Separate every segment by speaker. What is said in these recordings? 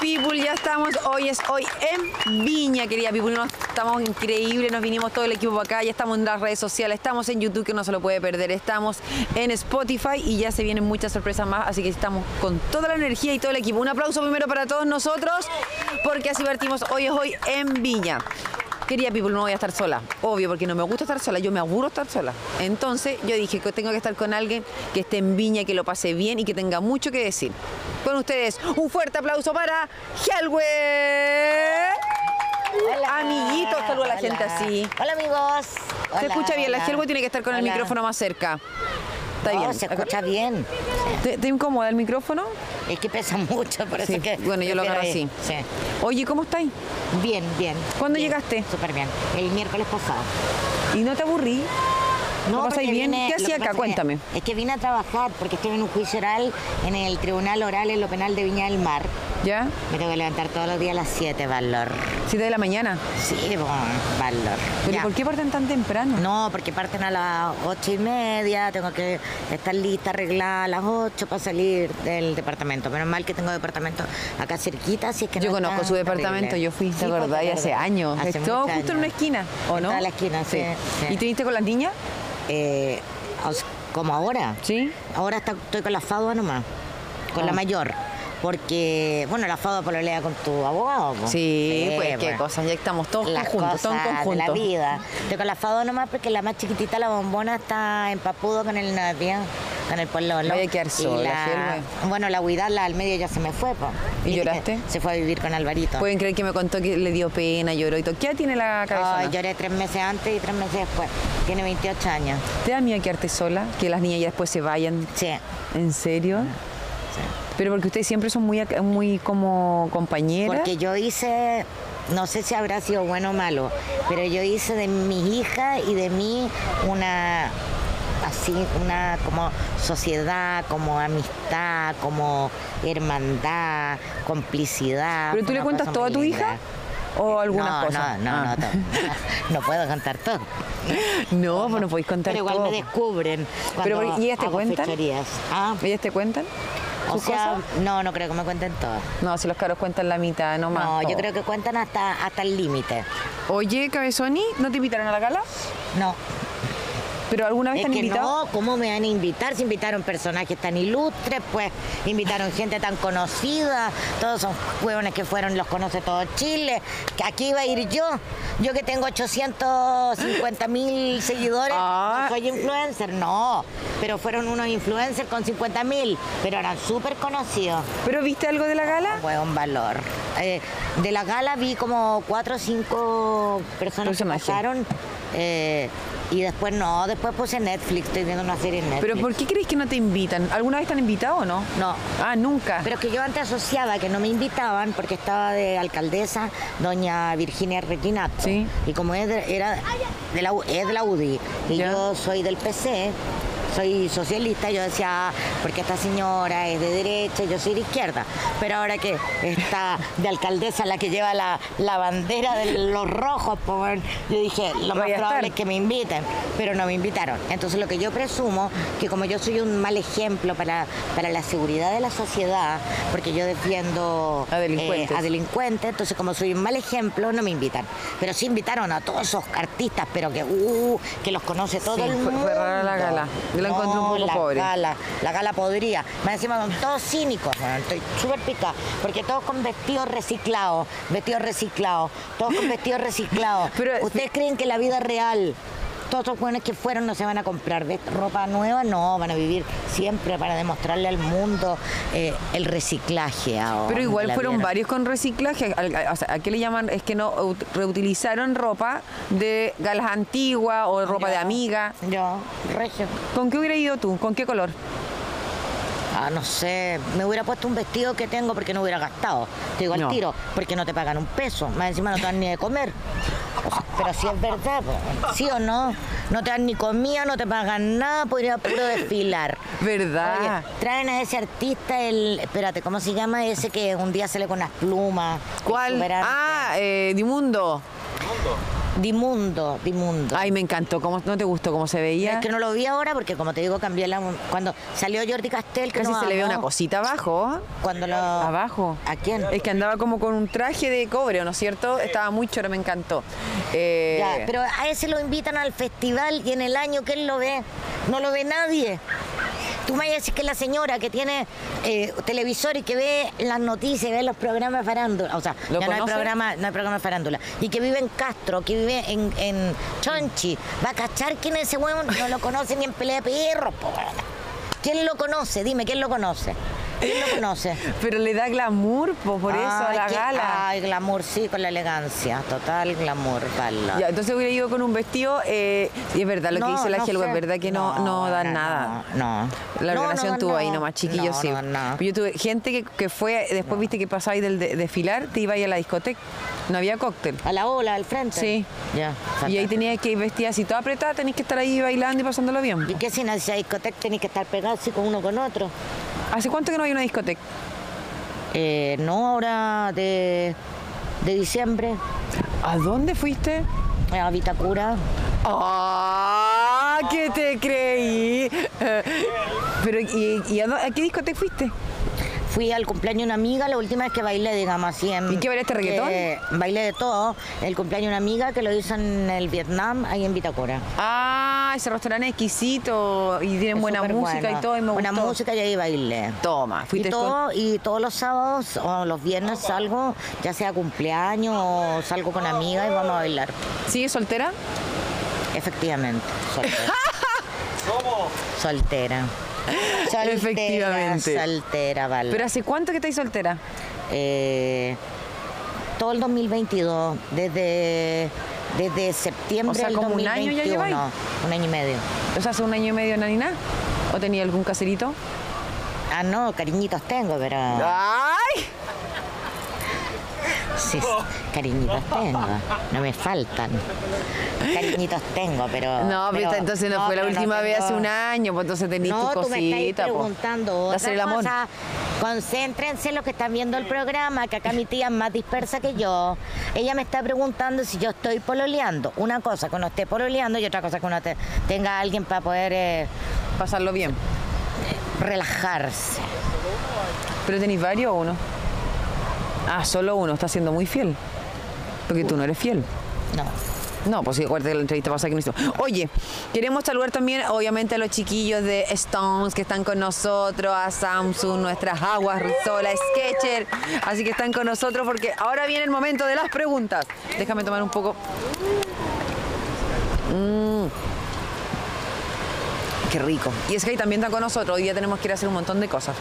Speaker 1: People, ya estamos, hoy es hoy en Viña, querida People, nos, estamos increíbles, nos vinimos todo el equipo para acá, ya estamos en las redes sociales, estamos en YouTube que no se lo puede perder, estamos en Spotify y ya se vienen muchas sorpresas más, así que estamos con toda la energía y todo el equipo. Un aplauso primero para todos nosotros, porque así partimos hoy es hoy en Viña. Querida People, no voy a estar sola, obvio, porque no me gusta estar sola, yo me aburro estar sola. Entonces yo dije que tengo que estar con alguien que esté en Viña, que lo pase bien y que tenga mucho que decir. Con ustedes, un fuerte aplauso para Helwe.
Speaker 2: Hola.
Speaker 1: Amiguitos, saluda a la
Speaker 2: Hola.
Speaker 1: gente así.
Speaker 2: Hola amigos.
Speaker 1: se
Speaker 2: Hola,
Speaker 1: escucha bien, la
Speaker 2: hola.
Speaker 1: Helwe tiene que estar con el
Speaker 2: Hola.
Speaker 1: micrófono más cerca. Está
Speaker 2: No,
Speaker 1: bien.
Speaker 2: se escucha bien.
Speaker 1: ¿Te, te incomoda el micrófono?
Speaker 2: Es que pesa mucho, por eso
Speaker 1: Sí,
Speaker 2: que...
Speaker 1: bueno, yo lo agarro
Speaker 2: prefiero ir.
Speaker 1: así.
Speaker 2: Sí.
Speaker 1: Oye, ¿cómo estáis?
Speaker 2: Bien, bien.
Speaker 1: ¿Cuándo
Speaker 2: Bien,
Speaker 1: llegaste?
Speaker 2: Súper bien. El miércoles pasado.
Speaker 1: ¿Y no te aburrí? ¿No
Speaker 2: porque
Speaker 1: pasáis bien?
Speaker 2: vine-
Speaker 1: ¿Qué
Speaker 2: lo
Speaker 1: hacía acá?
Speaker 2: que pasa es que-
Speaker 1: Cuéntame.
Speaker 2: Es que vine a trabajar porque estoy en un juicio oral en el Tribunal Oral en lo Penal de Viña del Mar.
Speaker 1: ¿Ya?
Speaker 2: Me tengo que levantar todos los días a las 7, Valor.
Speaker 1: ¿Siete de la mañana?
Speaker 2: Sí, bueno, Valor.
Speaker 1: ¿Pero
Speaker 2: Ya.
Speaker 1: por qué parten tan temprano?
Speaker 2: No, porque parten a las ocho y media, tengo que estar lista, arreglada a las ocho para salir del departamento. Menos mal que tengo departamento acá cerquita, así es que
Speaker 1: Yo
Speaker 2: no es
Speaker 1: conozco
Speaker 2: tan
Speaker 1: su departamento,
Speaker 2: terrible.
Speaker 1: yo fui,
Speaker 2: Sí,
Speaker 1: ¿te
Speaker 2: pues,
Speaker 1: acordás?
Speaker 2: te
Speaker 1: Hace
Speaker 2: acordás.
Speaker 1: años.
Speaker 2: Hace
Speaker 1: Estaba
Speaker 2: muchos
Speaker 1: justo en una
Speaker 2: años.
Speaker 1: esquina, ¿o no?
Speaker 2: Estaba en la esquina, sí. sí.
Speaker 1: ¿Y te viniste con las niñas?
Speaker 2: Eh, os- como ahora.
Speaker 1: Sí.
Speaker 2: Ahora está- estoy con la FADUA nomás, con
Speaker 1: Ah.
Speaker 2: la mayor. Porque, bueno, la FADUA pololea con tu abogado. po.
Speaker 1: Sí,
Speaker 2: Sí,
Speaker 1: pues qué
Speaker 2: bueno
Speaker 1: cosas, ya estamos todos
Speaker 2: las
Speaker 1: conjuntos, todos en
Speaker 2: cosas de la
Speaker 1: conjunto.
Speaker 2: vida. Te colafado nomás porque la más chiquitita, la bombona, está en papudo con el novio, con el pololo.
Speaker 1: Vaya a quedar
Speaker 2: Y
Speaker 1: sola, Selva.
Speaker 2: Bueno, la huidad, la al medio ya se me fue, po.
Speaker 1: ¿Y
Speaker 2: Viste
Speaker 1: lloraste?
Speaker 2: que Se fue a vivir con Alvarito.
Speaker 1: Pueden creer que me contó que le dio pena, lloró y todo. ¿Qué edad tiene la cabeza?
Speaker 2: Ay, lloré tres meses antes y tres meses después. Tiene 28 años.
Speaker 1: ¿Te da miedo quedarte sola? Que las niñas ya después se vayan.
Speaker 2: Sí.
Speaker 1: ¿En
Speaker 2: Ah,
Speaker 1: serio? Pero porque ustedes siempre son muy, ac- muy como compañeras.
Speaker 2: Porque yo hice, no sé si habrá sido bueno o malo, pero yo hice de mi hija y de mí una así una como sociedad, como amistad, como hermandad, complicidad.
Speaker 1: ¿Pero tú
Speaker 2: Fue
Speaker 1: le
Speaker 2: una
Speaker 1: cuentas
Speaker 2: cosa
Speaker 1: todo a
Speaker 2: muy
Speaker 1: tu
Speaker 2: linda.
Speaker 1: hija? ¿O algunas
Speaker 2: no,
Speaker 1: cosas?
Speaker 2: No, no,
Speaker 1: Ah.
Speaker 2: no, to- no, puedo contar todo.
Speaker 1: No, pues no podéis contar
Speaker 2: Pero igual
Speaker 1: todo.
Speaker 2: me descubren.
Speaker 1: Pero,
Speaker 2: cuando
Speaker 1: ¿y ellas te
Speaker 2: hago
Speaker 1: cuentan?
Speaker 2: fechorías. Ah,
Speaker 1: ¿Ellas te cuentan?
Speaker 2: o
Speaker 1: sus
Speaker 2: sea,
Speaker 1: cosas?
Speaker 2: no, no creo que me cuenten todo.
Speaker 1: No, si los caros cuentan la mitad nomás.
Speaker 2: No, yo
Speaker 1: todo.
Speaker 2: creo que cuentan hasta, hasta el límite.
Speaker 1: Oye, Cabezoni, ¿no te invitaron a la gala?
Speaker 2: No,
Speaker 1: ¿Pero alguna vez
Speaker 2: Es
Speaker 1: te han
Speaker 2: que
Speaker 1: invitado?
Speaker 2: no, ¿cómo me van a invitar? Se invitaron personajes tan ilustres, pues invitaron gente tan conocida, todos son huevones que fueron, los conoce todo Chile, que aquí iba a ir yo, yo que tengo 850 mil seguidores,
Speaker 1: Ah.
Speaker 2: no soy influencer, no, pero fueron unos influencers con 50 mil, pero eran súper conocidos.
Speaker 1: ¿Pero viste algo de la gala?
Speaker 2: Buen valor. Eh, de la gala vi como cuatro o cinco personas que
Speaker 1: Personajes.
Speaker 2: pasaron. eh, y después no, después puse Netflix, estoy viendo una serie en Netflix.
Speaker 1: ¿Pero por qué crees que no te invitan? ¿Alguna vez te han invitado o no?
Speaker 2: No.
Speaker 1: Ah, nunca.
Speaker 2: Pero que yo antes asociaba que no me invitaban porque estaba de alcaldesa doña Virginia Reginato.
Speaker 1: Sí.
Speaker 2: Y como es de- era de la, U- es de la UDI y
Speaker 1: Ya.
Speaker 2: yo soy del PC, soy socialista, yo decía, "Ah, porque esta señora es de derecha, yo soy de izquierda. Pero ahora que está de alcaldesa la que lleva la, la bandera de los rojos, po, weón, yo dije, lo más
Speaker 1: Voy a estar.
Speaker 2: probable es que me inviten, pero no me invitaron. Entonces lo que yo presumo, que como yo soy un mal ejemplo para, para la seguridad de la sociedad, porque yo defiendo eh,
Speaker 1: A delincuentes.
Speaker 2: a delincuentes, entonces como soy un mal ejemplo, no me invitan. Pero sí invitaron a todos esos artistas, pero que uh, que los conoce todo
Speaker 1: Sí,
Speaker 2: el
Speaker 1: fue-
Speaker 2: mundo.
Speaker 1: fue rara la gala. Yo la
Speaker 2: No,
Speaker 1: encontré un poco
Speaker 2: la
Speaker 1: pobre.
Speaker 2: Gala, la gala podría. Más encima son todos cínicos, weón. estoy súper picada, porque todos con vestidos reciclados, vestidos reciclados, todos con vestidos reciclados.
Speaker 1: Pero-
Speaker 2: ¿Ustedes creen que la vida es real? Todos los buenos que fueron no se van a comprar ve- ropa nueva, no, van a vivir siempre para demostrarle al mundo eh, el reciclaje. ahora
Speaker 1: Pero igual
Speaker 2: la
Speaker 1: fueron
Speaker 2: vida.
Speaker 1: varios con reciclaje. Al- a- o sea, ¿A qué le llaman? Es que no ut- reutilizaron ropa de galas antiguas o ropa de
Speaker 2: Yo-
Speaker 1: amiga.
Speaker 2: Yo, regio.
Speaker 1: ¿Con qué hubiera ido tú? ¿Con qué color?
Speaker 2: Ah, no sé, me hubiera puesto un vestido que tengo porque no hubiera gastado. Te digo al
Speaker 1: No.
Speaker 2: tiro, porque no te pagan un peso, más encima no te dan ni de comer. O sea, Pero si es verdad, po, ¿sí o no? No te dan ni comida, no te pagan nada, podría puro desfilar.
Speaker 1: ¿Verdad?
Speaker 2: Oye, traen a ese artista, el, espérate, ¿cómo se llama ese que un día sale con unas plumas?
Speaker 1: ¿Cuál?
Speaker 2: exuberante?
Speaker 1: Ah, eh, Dimundo.
Speaker 2: Dimundo, Dimundo.
Speaker 1: Ay, me encantó. ¿Cómo, ¿No te gustó cómo se veía?
Speaker 2: Es que no lo vi ahora porque, como te digo, cambié la... Cuando salió Jordi Castel... Que
Speaker 1: Casi
Speaker 2: nos
Speaker 1: se le ve
Speaker 2: amó,
Speaker 1: una Ah, cosita abajo.
Speaker 2: Cuando lo...
Speaker 1: Abajo.
Speaker 2: ¿A quién?
Speaker 1: Es que andaba como con un traje de cobre, ¿no es cierto? Estaba muy choro, me encantó. Eh,
Speaker 2: Ya, pero a ese lo invitan al festival y en el año que él lo ve, no lo ve nadie. Tú me dices que la señora que tiene eh, televisor y que ve las noticias, y ve los programas de farándula, o sea,
Speaker 1: ¿Lo
Speaker 2: ya no hay
Speaker 1: conoce?
Speaker 2: programa, no hay programa de farándula, y que vive en Castro, que vive en, en Chonchi, va a cachar quién es ese huevo, no lo conoce ni en pelea de perros, po, weón. ¿Quién lo conoce? Dime, ¿quién lo conoce? ¿Quién lo conoce?
Speaker 1: pero le da glamour, po, por eso, a
Speaker 2: Ay,
Speaker 1: la
Speaker 2: qué-
Speaker 1: gala.
Speaker 2: Ay, glamour, sí, con la elegancia, total glamour, valor.
Speaker 1: Ya, entonces hubiera ido con un vestido, eh, y es verdad lo que
Speaker 2: No,
Speaker 1: dice la
Speaker 2: no
Speaker 1: Helga,
Speaker 2: sé.
Speaker 1: es verdad que no, no, dan
Speaker 2: no,
Speaker 1: nada.
Speaker 2: No.
Speaker 1: La
Speaker 2: No,
Speaker 1: organización
Speaker 2: no dan
Speaker 1: tuvo ahí
Speaker 2: nada.
Speaker 1: nomás, chiquillos,
Speaker 2: No,
Speaker 1: sí.
Speaker 2: no dan nada.
Speaker 1: Yo tuve gente que, que fue, después viste que pasabais del de- desfilar, te iba a ir a la discoteca, no había cóctel.
Speaker 2: A la ola, al frente.
Speaker 1: Sí.
Speaker 2: Ya.
Speaker 1: Y ahí
Speaker 2: fantástico.
Speaker 1: tenías que ir vestida así toda apretada, tenías que estar ahí bailando y pasándolo bien.
Speaker 2: ¿Y qué si en esa discoteca tenés que estar pegados así con uno con otro?
Speaker 1: ¿Hace cuánto que no hay una discoteca?
Speaker 2: Eh, no, ahora de, de diciembre,
Speaker 1: ¿A dónde fuiste?
Speaker 2: a Vitacura.
Speaker 1: ¡Ah! ¿Qué te creí? Eh, Pero, ¿y, y a, dó- a qué discoteca fuiste?
Speaker 2: Fui al cumpleaños de una amiga, la última vez que bailé, digamos así. En,
Speaker 1: ¿Y qué bailaste, reggaetón?
Speaker 2: Eh, bailé de todo. El cumpleaños de una amiga que lo hizo en el Vietnam, ahí en Vitacura.
Speaker 1: Ah, ese restaurante es exquisito y tienen
Speaker 2: Es
Speaker 1: buena
Speaker 2: súper
Speaker 1: música
Speaker 2: bueno.
Speaker 1: y todo. Y me
Speaker 2: Buena
Speaker 1: gustó.
Speaker 2: música y ahí bailé.
Speaker 1: Toma,
Speaker 2: Y,
Speaker 1: fuiste con-
Speaker 2: todo, y todos los sábados o los viernes salgo, ya sea cumpleaños o salgo con amigas y vamos a bailar.
Speaker 1: ¿Sigues soltera?
Speaker 2: Efectivamente, soltera. Soltera. Soltera,
Speaker 1: Efectivamente.
Speaker 2: Soltera, vale.
Speaker 1: ¿Pero hace cuánto que estáis soltera?
Speaker 2: Eh, todo el 2022, desde, desde septiembre
Speaker 1: O sea,
Speaker 2: del
Speaker 1: como un año ya
Speaker 2: 2021.
Speaker 1: lleváis.
Speaker 2: un año y medio.
Speaker 1: ¿O sea, hace un año y medio, Nanina? ¿O tenía algún caserito?
Speaker 2: Ah, no, cariñitos tengo, pero...
Speaker 1: ¡Ay!
Speaker 2: Sí, sí, cariñitos tengo, no me faltan. Cariñitos tengo, pero...
Speaker 1: No, pero, esta- entonces no, fue la
Speaker 2: pero no
Speaker 1: última vez hace
Speaker 2: tengo-
Speaker 1: un año, pues entonces tenías
Speaker 2: No,
Speaker 1: tu
Speaker 2: tú me
Speaker 1: cosita. pues.
Speaker 2: estás
Speaker 1: po.
Speaker 2: preguntando
Speaker 1: De
Speaker 2: otra
Speaker 1: hacer el amor.
Speaker 2: cosa. Concéntrense los que están viendo el programa, que acá mi tía es más dispersa que yo. Ella me está preguntando si yo estoy pololeando. Una cosa que uno esté pololeando y otra cosa que uno te- tenga a alguien para poder eh,
Speaker 1: Pasarlo bien.
Speaker 2: relajarse.
Speaker 1: ¿Pero tenéis varios o uno? Ah, solo uno, está siendo muy fiel. Porque tú no eres fiel.
Speaker 2: No.
Speaker 1: No, pues sí, acuérdate que la entrevista pasa que no hizo. Oye, queremos saludar también, obviamente, a los chiquillos de Stones que están con nosotros, a Samsung, nuestras aguas, Rizola, Sketcher. Así que están con nosotros porque ahora viene el momento de las preguntas. Déjame tomar un poco. Mm. Qué rico. Y Sky también está con nosotros. Hoy día tenemos que ir a hacer un montón de cosas.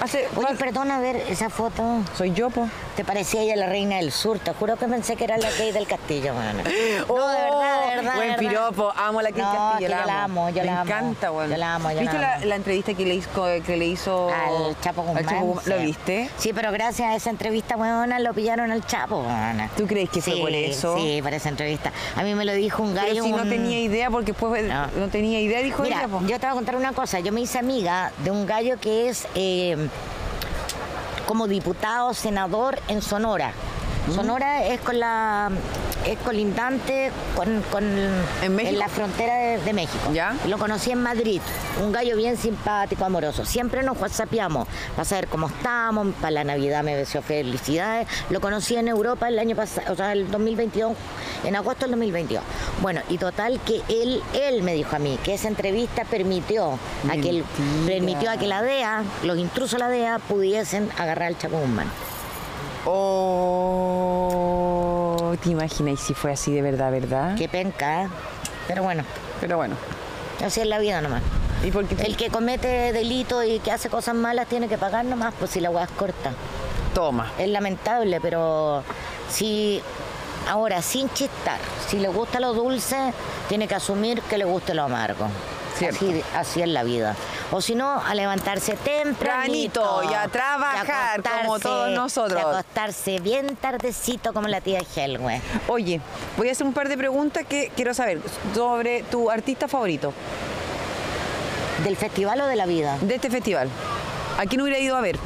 Speaker 1: Hace-
Speaker 2: Oye, perdona, a ver esa foto.
Speaker 1: Soy yo, po.
Speaker 2: Te parecía ella la reina del sur. Te juro que pensé que era la Kate del Castillo, bueno.
Speaker 1: Oh,
Speaker 2: de verdad, de verdad,
Speaker 1: Buen
Speaker 2: de verdad.
Speaker 1: piropo, amo a la Kate
Speaker 2: No,
Speaker 1: Castillo,
Speaker 2: que yo la amo, yo
Speaker 1: Me
Speaker 2: la amo,
Speaker 1: encanta, weón.
Speaker 2: yo la amo, yo
Speaker 1: ¿Viste
Speaker 2: la amo.
Speaker 1: La, entrevista que le hizo, que le hizo
Speaker 2: Al Chapo Guzmán.
Speaker 1: al Chapo Guzmán? ¿Lo
Speaker 2: sí.
Speaker 1: viste?
Speaker 2: Sí, pero gracias a esa entrevista, weona, lo pillaron al Chapo, weona.
Speaker 1: ¿Tú crees que fue
Speaker 2: Sí,
Speaker 1: por eso?
Speaker 2: Sí, por esa entrevista. A mí me lo dijo un gallo.
Speaker 1: Pero si no
Speaker 2: un-
Speaker 1: tenía idea, porque después no,
Speaker 2: No.
Speaker 1: tenía idea, dijo
Speaker 2: Mira,
Speaker 1: ella, po.
Speaker 2: yo te voy a contar una cosa. Yo me hice amiga de un gallo que es eh, como diputado, senador en Sonora.
Speaker 1: Mm.
Speaker 2: Sonora es con la es colindante con, con-
Speaker 1: México?
Speaker 2: la frontera de, de México.
Speaker 1: ¿Ya?
Speaker 2: Lo conocí en Madrid, un gallo bien simpático, amoroso. Siempre nos whatsappeamos para saber cómo estamos, para la Navidad me deseó felicidades. Lo conocí en Europa el año pasado, o sea, el 2022, en agosto del 2022. Bueno, y total que él, él me dijo a mí que esa entrevista permitió a que, el-
Speaker 1: Mentira.
Speaker 2: permitió a que la DEA, los intrusos de la DEA, pudiesen agarrar al Chapo Guzmán.
Speaker 1: Oh, te imaginas si fue así de verdad, ¿verdad?
Speaker 2: Qué penca, ¿eh? Pero bueno,
Speaker 1: Pero bueno.
Speaker 2: así es la vida nomás.
Speaker 1: ¿Y por qué te-
Speaker 2: El que comete delito y que hace cosas malas tiene que pagar nomás, pues si la hueá es corta.
Speaker 1: toma?
Speaker 2: Es lamentable, pero si ahora sin chistar, si le gusta lo dulce, tiene que asumir que le guste lo amargo.
Speaker 1: Cierto.
Speaker 2: Así, así es la vida. O si no, a levantarse tempranito.
Speaker 1: Tempranito, y a trabajar,
Speaker 2: acostarse-
Speaker 1: como todos nosotros.
Speaker 2: Y a acostarse bien tardecito como la tía Helwe.
Speaker 1: Oye, voy a hacer un par de preguntas que quiero saber sobre tu artista favorito
Speaker 2: ¿Del festival o de la vida?
Speaker 1: de este festival. ¿A quién hubiera ido a ver?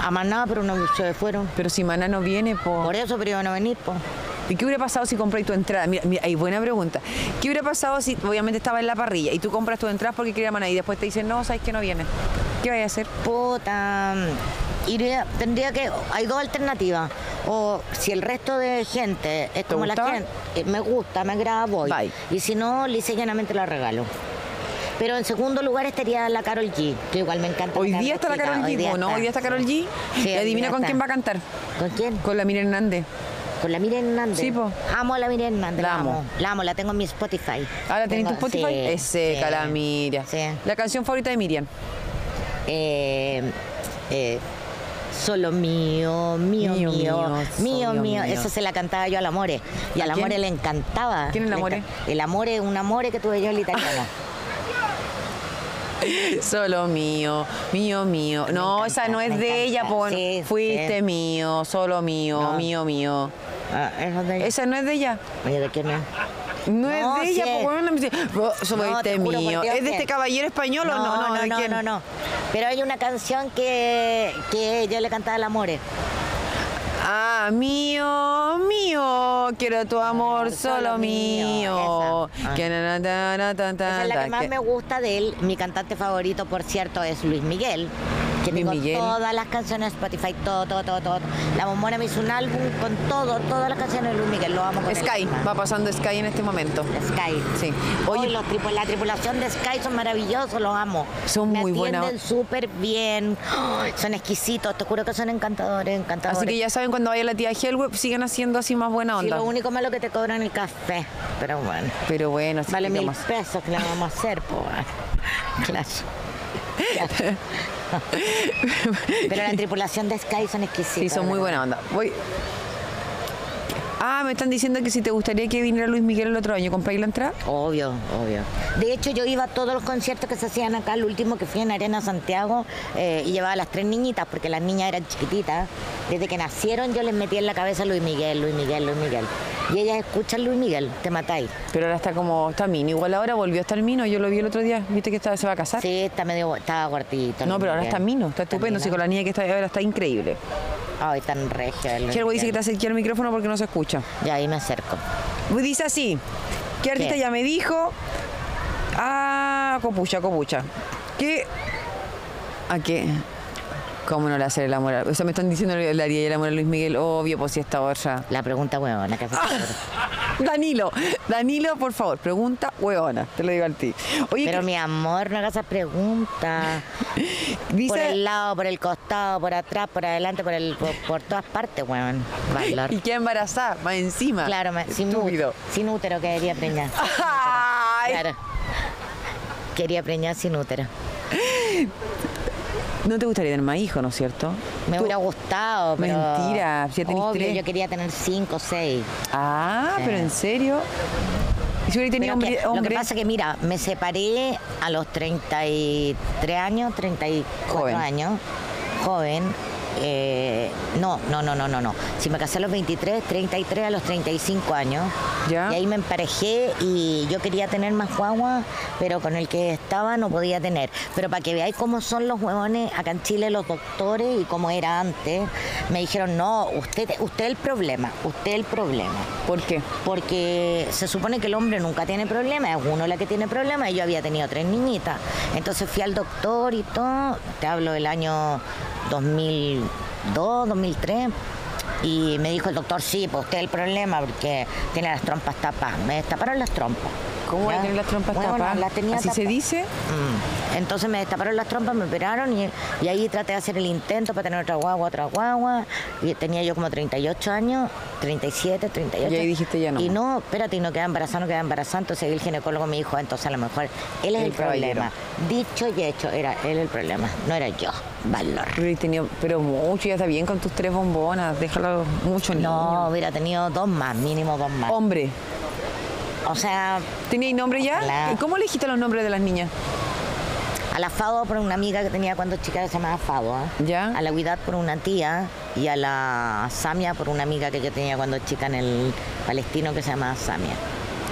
Speaker 2: A más nada, pero no se fueron.
Speaker 1: Pero si Maná no viene, po.
Speaker 2: Por eso, pero yo no venir, pues.
Speaker 1: ¿Y qué hubiera pasado si compráis tu entrada? Mira, mira, ahí buena pregunta. ¿Qué hubiera pasado si obviamente estaba en la parrilla y tú compras tu entrada porque querían ahí y después te dicen, no, sabes que no viene? ¿Qué vais a hacer?
Speaker 2: Puta. mm, Iría, tendría que. Hay dos alternativas. O si el resto de gente es como la
Speaker 1: gustó?
Speaker 2: gente. eh, Me gusta, me agrada, voy.
Speaker 1: Bye.
Speaker 2: Y si no, lisa y llanamente la regalo. Pero en segundo lugar estaría la Carol G, que igual me encanta.
Speaker 1: Hoy día está la
Speaker 2: chica,
Speaker 1: Carol G, ¿o ¿no? Hoy día está Carol G.
Speaker 2: Sí,
Speaker 1: y
Speaker 2: hoy
Speaker 1: adivina
Speaker 2: día
Speaker 1: con
Speaker 2: está.
Speaker 1: quién va a cantar.
Speaker 2: ¿Con quién?
Speaker 1: Con la Mira Hernández.
Speaker 2: Con la Miriam Hernández.
Speaker 1: Sí, po.
Speaker 2: Amo a la Miriam Hernández.
Speaker 1: La
Speaker 2: La,
Speaker 1: amo.
Speaker 2: amo. La amo, la tengo en mi Spotify.
Speaker 1: Ahora tenés tu
Speaker 2: Tengo-
Speaker 1: Spotify.
Speaker 2: sí,
Speaker 1: es seca
Speaker 2: sí.
Speaker 1: la Miriam.
Speaker 2: Sí.
Speaker 1: La canción favorita de Miriam.
Speaker 2: Eh, eh, solo mío, mío,
Speaker 1: Mío,
Speaker 2: mío, mío,
Speaker 1: mío,
Speaker 2: mío,
Speaker 1: solo mío.
Speaker 2: Eso se la cantaba yo al Amore. Y
Speaker 1: ¿A
Speaker 2: al Amore
Speaker 1: quién?
Speaker 2: le encantaba.
Speaker 1: ¿Quién es el
Speaker 2: Le
Speaker 1: Amore?
Speaker 2: encan- El Amore es un Amore que tuve yo el italiano.
Speaker 1: Solo mío, mío, mío. No,
Speaker 2: encanta,
Speaker 1: esa no es
Speaker 2: me
Speaker 1: de ella,
Speaker 2: encanta.
Speaker 1: pues.
Speaker 2: Sí,
Speaker 1: Fuiste
Speaker 2: sí.
Speaker 1: mío, solo mío,
Speaker 2: No.
Speaker 1: mío, mío.
Speaker 2: Ah, eso de
Speaker 1: Esa no es de ella.
Speaker 2: Oye, ¿de quién es?
Speaker 1: No,
Speaker 2: No,
Speaker 1: es de ella,
Speaker 2: sí
Speaker 1: pues.
Speaker 2: es.
Speaker 1: bueno, me dice, "Vos
Speaker 2: te
Speaker 1: Fuiste
Speaker 2: juro por
Speaker 1: mío.
Speaker 2: Dios
Speaker 1: ¿Es de
Speaker 2: que-
Speaker 1: este caballero español o no?
Speaker 2: no,
Speaker 1: ¿de
Speaker 2: no,
Speaker 1: quién?
Speaker 2: no, no. Pero hay una canción que, que yo le cantaba al Amore.
Speaker 1: Ah, mío, mío, quiero tu amor, solo
Speaker 2: solo mío,
Speaker 1: mío.
Speaker 2: esa. Ah.
Speaker 1: Que na, na, na, na, na,
Speaker 2: Esa es
Speaker 1: na,
Speaker 2: la que más
Speaker 1: que-
Speaker 2: me gusta de él. Mi cantante favorito, por cierto, es Luis Miguel. Que
Speaker 1: Luis
Speaker 2: tengo
Speaker 1: Miguel.
Speaker 2: todas las canciones de Spotify, todo, todo, todo, todo. La Momona me hizo un álbum con todo, todas las canciones de Luis Miguel. Lo amo con el
Speaker 1: Sky,
Speaker 2: alma.
Speaker 1: va pasando Sky en este momento.
Speaker 2: Sky.
Speaker 1: Sí.
Speaker 2: Oye,
Speaker 1: Oye,
Speaker 2: los tripu- la tripulación de Sky son maravillosos, los amo.
Speaker 1: Son
Speaker 2: Me
Speaker 1: muy
Speaker 2: atienden
Speaker 1: buena-
Speaker 2: súper bien. ¡Ay! son exquisitos, te juro que son encantadores, encantadores.
Speaker 1: así que ya saben, cuando vaya la tía Helweb, siguen haciendo así más buena
Speaker 2: Sí,
Speaker 1: onda.
Speaker 2: lo único malo que te cobran el café, pero bueno.
Speaker 1: Pero bueno, así
Speaker 2: Vale
Speaker 1: que
Speaker 2: mil
Speaker 1: vamos.
Speaker 2: pesos que le vamos a hacer, po. Claro. Claro. Pero la tripulación de Sky son exquisitos.
Speaker 1: Sí, son muy
Speaker 2: ¿verdad?
Speaker 1: buena onda. Voy. Ah, me están diciendo que si te gustaría que viniera Luis Miguel el otro año, ¿compráis la entrada?
Speaker 2: Obvio, obvio. De hecho, yo iba a todos los conciertos que se hacían acá, el último que fui en Arena Santiago, eh, y llevaba a las tres niñitas, porque las niñas eran chiquititas. Desde que nacieron yo les metí en la cabeza Luis Miguel, Luis Miguel, Luis Miguel. Y ellas escuchan Luis Miguel, te matáis.
Speaker 1: Pero ahora está como, está mini. Igual ahora volvió a estar mino, yo lo vi el otro día. ¿Viste que está- se va a casar?
Speaker 2: Sí, está medio, estaba gordito.
Speaker 1: No,
Speaker 2: Luis
Speaker 1: pero ahora
Speaker 2: Miguel.
Speaker 1: está mino, está estupendo. Sí,
Speaker 2: Mino.
Speaker 1: con la niña que está ahora está increíble.
Speaker 2: Ay, tan regio. el Luis
Speaker 1: Helway dice que
Speaker 2: Miguel.
Speaker 1: te acerqué al micrófono porque no se escucha. Pues
Speaker 2: Ya ahí me acerco.
Speaker 1: Dice así, ¿qué artista
Speaker 2: ¿Qué?
Speaker 1: ya me dijo? Ah, copucha, copucha. ¿Qué? ¿A qué? ¿Cómo no le hacer el amor? a- O sea, me están diciendo le le haría el amor a Luis Miguel, obvio, pues si esta hora.
Speaker 2: La pregunta huevona que hace
Speaker 1: Ah,
Speaker 2: siempre.
Speaker 1: Danilo, Danilo, por favor, pregunta huevona, te lo digo a ti. Oye,
Speaker 2: Pero
Speaker 1: que-
Speaker 2: mi amor, no hagas esas preguntas. Por
Speaker 1: dice,
Speaker 2: el lado, por el costado, por atrás, por adelante, por el por, por todas partes, weón. Valor.
Speaker 1: y queda embarazada, más encima.
Speaker 2: Claro, me- sin,
Speaker 1: Estúpido.
Speaker 2: útero, sin útero quería preñar.
Speaker 1: Ay,
Speaker 2: Claro. Quería preñar sin útero.
Speaker 1: No te gustaría tener más hijos, ¿no es cierto?
Speaker 2: Me
Speaker 1: Tú-
Speaker 2: hubiera gustado, pero...
Speaker 1: Mentira, si ya tenés
Speaker 2: Obvio,
Speaker 1: tres.
Speaker 2: yo quería tener cinco, seis.
Speaker 1: Ah, pero en serio. Y si hubiera tenido
Speaker 2: Pero que-
Speaker 1: hombre,
Speaker 2: Lo
Speaker 1: hombre-
Speaker 2: que pasa que, mira, me separé a los 33 años, 34
Speaker 1: Joven.
Speaker 2: años, joven. Eh, no, no, no, no, no, no. Si me casé a los 23, 33 a los 35 años.
Speaker 1: Ya.
Speaker 2: Y ahí me emparejé y yo quería tener más guagua, pero con el que estaba no podía tener. Pero para que veáis cómo son los huevones acá en Chile, los doctores y cómo era antes, me dijeron, no, usted, usted el problema, usted el problema
Speaker 1: ¿Por qué?
Speaker 2: porque se supone que el hombre nunca tiene problemas, es uno la que tiene problemas y yo había tenido tres niñitas. Entonces fui al doctor y todo, te hablo del año 2002, 2003. Y me dijo el doctor, sí, pues usted el problema porque tiene las trompas tapadas. Me destaparon las trompas.
Speaker 1: ¿Cómo voy a
Speaker 2: ¿ya?
Speaker 1: tener las trompas
Speaker 2: Bueno,
Speaker 1: tapadas?
Speaker 2: las tenía
Speaker 1: Así se
Speaker 2: tapadas.
Speaker 1: dice.
Speaker 2: Mm. Entonces me destaparon las trompas, me operaron y, y ahí traté de hacer el intento para tener otra guagua, otra guagua. Y tenía yo como 38 años, 37, 38.
Speaker 1: Y ahí dijiste ya no
Speaker 2: Y
Speaker 1: más.
Speaker 2: no, espérate, y no queda embarazada, no queda embarazada. Entonces el ginecólogo me dijo, entonces a lo mejor él es
Speaker 1: El
Speaker 2: el,
Speaker 1: caballero.
Speaker 2: problema. Dicho y hecho, era él el problema, no era yo. Valor.
Speaker 1: Pero, he tenido, pero mucho, ya está bien con tus tres bombonas, déjalo mucho.
Speaker 2: No, hubiera tenido dos más, mínimo dos más.
Speaker 1: niño. Hombre.
Speaker 2: O sea,
Speaker 1: ¿Teníais nombre ya?
Speaker 2: Claro.
Speaker 1: ¿Y ¿Cómo le dijiste los nombres de las niñas?
Speaker 2: A la FADO por una amiga que tenía cuando chica que se llamaba FADO. ¿ah?
Speaker 1: Ya.
Speaker 2: A la Huidad por una tía y a la Samia por una amiga que yo tenía cuando chica en el palestino que se llamaba Samia.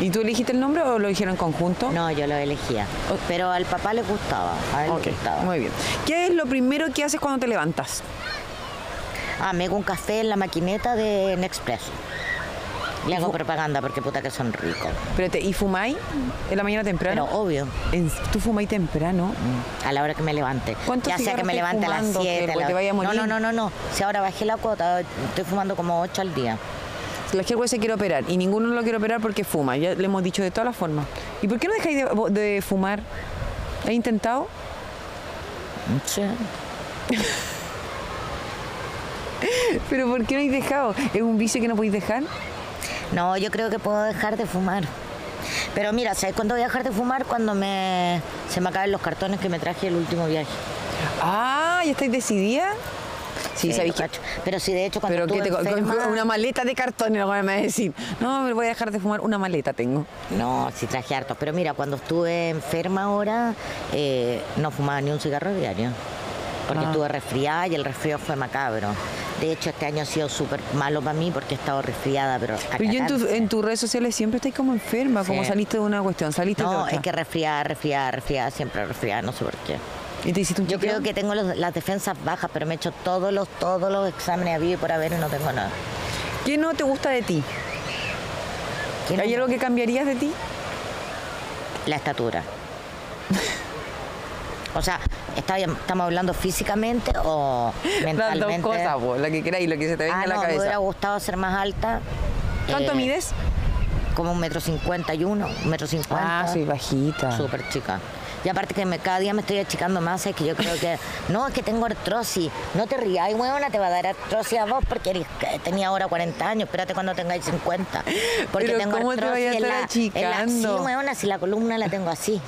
Speaker 1: ¿Y tú elegiste el nombre o lo dijeron en conjunto?
Speaker 2: No, yo lo elegía.
Speaker 1: Ok.
Speaker 2: Pero al papá le gustaba. A él
Speaker 1: Ok,
Speaker 2: le gustaba.
Speaker 1: muy bien. ¿Qué es lo primero que haces cuando te levantas?
Speaker 2: Ah, me hago un café en la maquineta de Nespresso. Le hago propaganda porque puta que son ricos.
Speaker 1: Pero te, ¿Y fumáis en la mañana
Speaker 2: Pero
Speaker 1: temprano?
Speaker 2: obvio,
Speaker 1: En- ¿Tú fumáis temprano?
Speaker 2: a la hora que me levante.
Speaker 1: ¿Cuántos
Speaker 2: Ya sea que
Speaker 1: cigarros
Speaker 2: me
Speaker 1: estás
Speaker 2: levante a las
Speaker 1: fumando,
Speaker 2: 7.
Speaker 1: que te vaya a
Speaker 2: no,
Speaker 1: morir?
Speaker 2: no, no, no, no. Si ahora bajé la cuota, estoy fumando como 8 al día.
Speaker 1: La Helwe se quiere operar y ninguno lo quiere operar porque fuma. Ya le hemos dicho de todas las formas. ¿Y por qué no dejáis de, de fumar? ¿Has intentado?
Speaker 2: Sí.
Speaker 1: ¿Pero por qué no habéis dejado? ¿Es un vicio que no podéis dejar?
Speaker 2: No, yo creo que puedo dejar de fumar. Pero mira, ¿sabes cuándo voy a dejar de fumar? Cuando me se me acaben los cartones que me traje el último viaje.
Speaker 1: Ah, ¿ya estáis decidida? Sí, sabéis
Speaker 2: lo
Speaker 1: que...
Speaker 2: cacho. Pero sí, de hecho, cuando
Speaker 1: Pero que
Speaker 2: estuve
Speaker 1: te, co- co-
Speaker 2: enferma-
Speaker 1: una maleta de cartón, y lo van a decir. No, me voy a dejar de fumar, una maleta tengo.
Speaker 2: No, sí traje hartos. Pero mira, cuando estuve enferma ahora, eh, no fumaba ni un cigarro diario. Porque
Speaker 1: Ah.
Speaker 2: estuve resfriada y el resfrío fue macabro. De hecho, este año ha sido súper malo para mí porque he estado resfriada, pero... a
Speaker 1: Pero yo en, tu-
Speaker 2: cagarse.
Speaker 1: en tus redes sociales siempre estáis como enferma, como
Speaker 2: Sí.
Speaker 1: saliste de una cuestión, saliste de
Speaker 2: No,
Speaker 1: otra.
Speaker 2: es que resfriada, resfriada, resfriada, siempre resfriada, no sé por qué.
Speaker 1: ¿Y te hiciste un
Speaker 2: Yo creo
Speaker 1: chequeo?
Speaker 2: que tengo los- las defensas bajas, pero me he hecho todos los, todos los exámenes habido y por haber y no tengo nada.
Speaker 1: ¿Qué no te gusta de ti?
Speaker 2: ¿Qué no?
Speaker 1: ¿Hay algo que cambiarías de ti?
Speaker 2: La estatura. O sea, está bien, ¿estamos hablando físicamente o
Speaker 1: Las dos
Speaker 2: mentalmente?
Speaker 1: cosas, po, la que queráis, lo que se te venga
Speaker 2: Ah,
Speaker 1: a la
Speaker 2: no, me
Speaker 1: cabeza.
Speaker 2: hubiera gustado ser más alta.
Speaker 1: ¿Cuánto
Speaker 2: Eh,
Speaker 1: mides?
Speaker 2: Como un metro cincuenta y uno, un metro cincuenta.
Speaker 1: Ah, soy bajita.
Speaker 2: Súper chica. Y aparte que me, cada día me estoy achicando más, es que yo creo que... no, es que tengo artrosis. No te rías, huevona, te va a dar artrosis a vos porque eres- que tenía ahora 40 años. Espérate cuando tengáis 50. Porque
Speaker 1: Pero
Speaker 2: tengo
Speaker 1: ¿cómo te
Speaker 2: artrosis
Speaker 1: vaya a
Speaker 2: en
Speaker 1: estar
Speaker 2: la- en la-
Speaker 1: achicando?
Speaker 2: Sí, huevona, si la columna la tengo así.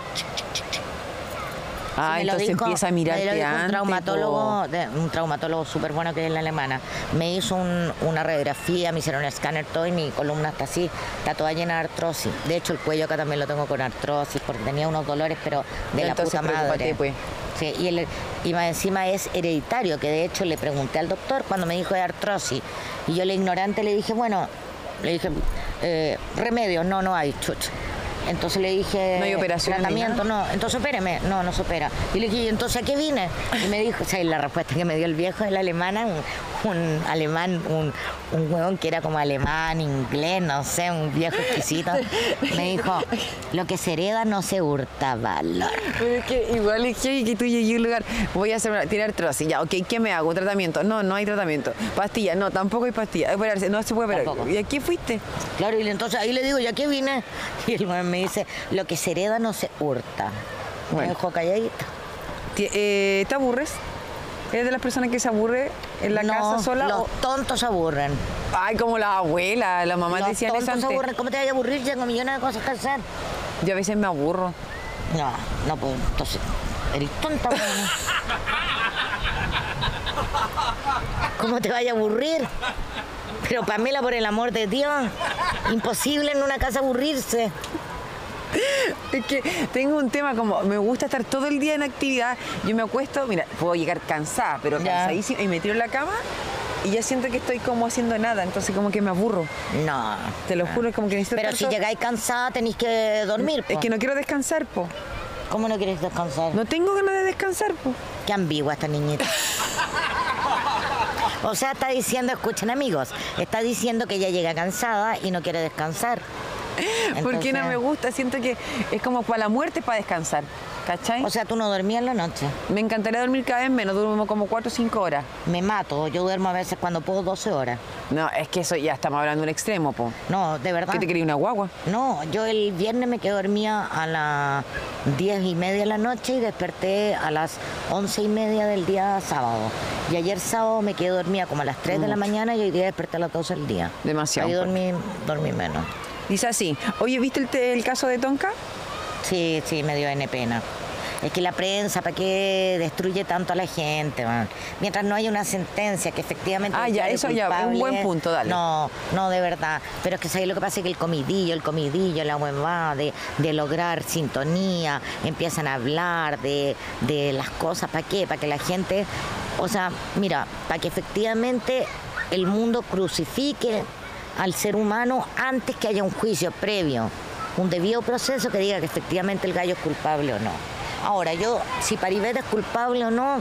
Speaker 1: Ah,
Speaker 2: Me lo
Speaker 1: entonces
Speaker 2: dijo-
Speaker 1: empieza a
Speaker 2: me lo
Speaker 1: mirarte
Speaker 2: dijo
Speaker 1: antes,
Speaker 2: Un
Speaker 1: po.
Speaker 2: traumatólogo, de- un traumatólogo súper bueno que es la alemana, me hizo un- una radiografía, me hicieron un escáner todo y mi columna está así, está toda llena de artrosis. De hecho, el cuello acá también lo tengo con artrosis porque tenía unos dolores, pero de la
Speaker 1: Entonces,
Speaker 2: puta madre.
Speaker 1: preocúpate, pues.
Speaker 2: Sí, y, el- y más encima es hereditario, que de hecho le pregunté al doctor cuando me dijo de artrosis. Y yo, la ignorante, le dije, bueno, le dije, eh, remedio, no, no hay, chucha. Entonces le dije,
Speaker 1: No hay operación ni
Speaker 2: tratamiento, no, entonces opéreme, no, no se opera. Y le dije, ¿y entonces a qué vine? Y me dijo, o sea, y la respuesta que me dio el viejo de la alemana, un, un alemán, un, un huevón que era como alemán, inglés, no sé, un viejo exquisito, me dijo, lo que se hereda no se hurta valor.
Speaker 1: Pero es que igual es que, que tú llegues a un lugar, voy a hacer una, tiene artrosis, ya, ok, ¿qué me hago? ¿Tratamiento? No, no hay tratamiento. ¿Pastilla? No, tampoco hay pastilla. Operarse, no se puede operar.
Speaker 2: Tampoco.
Speaker 1: ¿Y aquí fuiste?
Speaker 2: Claro, y entonces ahí le digo, ¿ya qué vine? Y el weón me dice, lo que se hereda no se hurta.
Speaker 1: Bueno.
Speaker 2: Me dejó calladita.
Speaker 1: Ti- eh, ¿Te aburres? ¿Eres de las personas que se aburre en la
Speaker 2: No,
Speaker 1: casa sola?
Speaker 2: Los
Speaker 1: o-
Speaker 2: tontos se aburren.
Speaker 1: Ay, como la abuela, la mamá
Speaker 2: los
Speaker 1: decían
Speaker 2: tontos
Speaker 1: eso
Speaker 2: se
Speaker 1: antes.
Speaker 2: aburren. ¿Cómo te vas a aburrir? Tengo millones de cosas que hacer.
Speaker 1: Yo a veces me aburro.
Speaker 2: No, no, pues entonces, eres tonta. weón. ¿Cómo te vaya a aburrir? Pero Pamela, por el amor de Dios, imposible en una casa aburrirse.
Speaker 1: Es que tengo un tema como, me gusta estar todo el día en actividad. Yo me acuesto, mira, puedo llegar cansada, pero
Speaker 2: Ya.
Speaker 1: cansadísima, y me tiro en la cama y ya siento que estoy como haciendo nada, entonces como que me aburro.
Speaker 2: No.
Speaker 1: Te lo juro, es como que necesito
Speaker 2: Ah. Pero si
Speaker 1: tanto-
Speaker 2: llegáis cansada tenéis que dormir.
Speaker 1: Es
Speaker 2: po.
Speaker 1: que no quiero descansar, po.
Speaker 2: ¿Cómo no quieres descansar?
Speaker 1: No tengo ganas de descansar, po.
Speaker 2: Qué ambigua esta niñita. O sea, está diciendo, escuchen amigos, está diciendo que ella llega cansada y no quiere descansar.
Speaker 1: Porque no
Speaker 2: Entonces,
Speaker 1: me gusta, siento que es como para la muerte para descansar, ¿cachai?
Speaker 2: O sea, tú no dormías en la noche.
Speaker 1: me encantaría dormir cada vez menos, duermo como 4 o 5 horas.
Speaker 2: Me mato, yo duermo a veces cuando puedo 12 horas.
Speaker 1: No, es que eso ya estamos hablando de un extremo, po.
Speaker 2: No, de verdad.
Speaker 1: ¿Qué te quería una guagua?
Speaker 2: No, yo el viernes me quedé dormida a las 10 y media de la noche y desperté a las 11 y media del día sábado. Y ayer sábado me quedé dormida como a las 3 de la mañana y hoy día desperté a las 12 del día.
Speaker 1: Demasiado,
Speaker 2: Ahí
Speaker 1: pues.
Speaker 2: dormí, dormí menos.
Speaker 1: Dice así, oye, ¿viste el, te- el caso de Tonka?
Speaker 2: Sí, sí, me dio N pena. Es que la prensa, ¿para qué destruye tanto a la gente? man? Mientras no haya una sentencia que efectivamente...
Speaker 1: Ah, ya,
Speaker 2: declare
Speaker 1: eso ya, un buen punto, dale.
Speaker 2: No, no, de verdad. Pero es que ¿sabes lo que pasa? Es que el comidillo, el comidillo, la huevada de, de lograr sintonía, empiezan a hablar de, de las cosas, ¿para qué? Para que la gente... O sea, mira, para que efectivamente el mundo crucifique al ser humano antes que haya un juicio previo, un debido proceso que diga que efectivamente el gallo es culpable o no. Ahora, yo, si Paribet es culpable o no,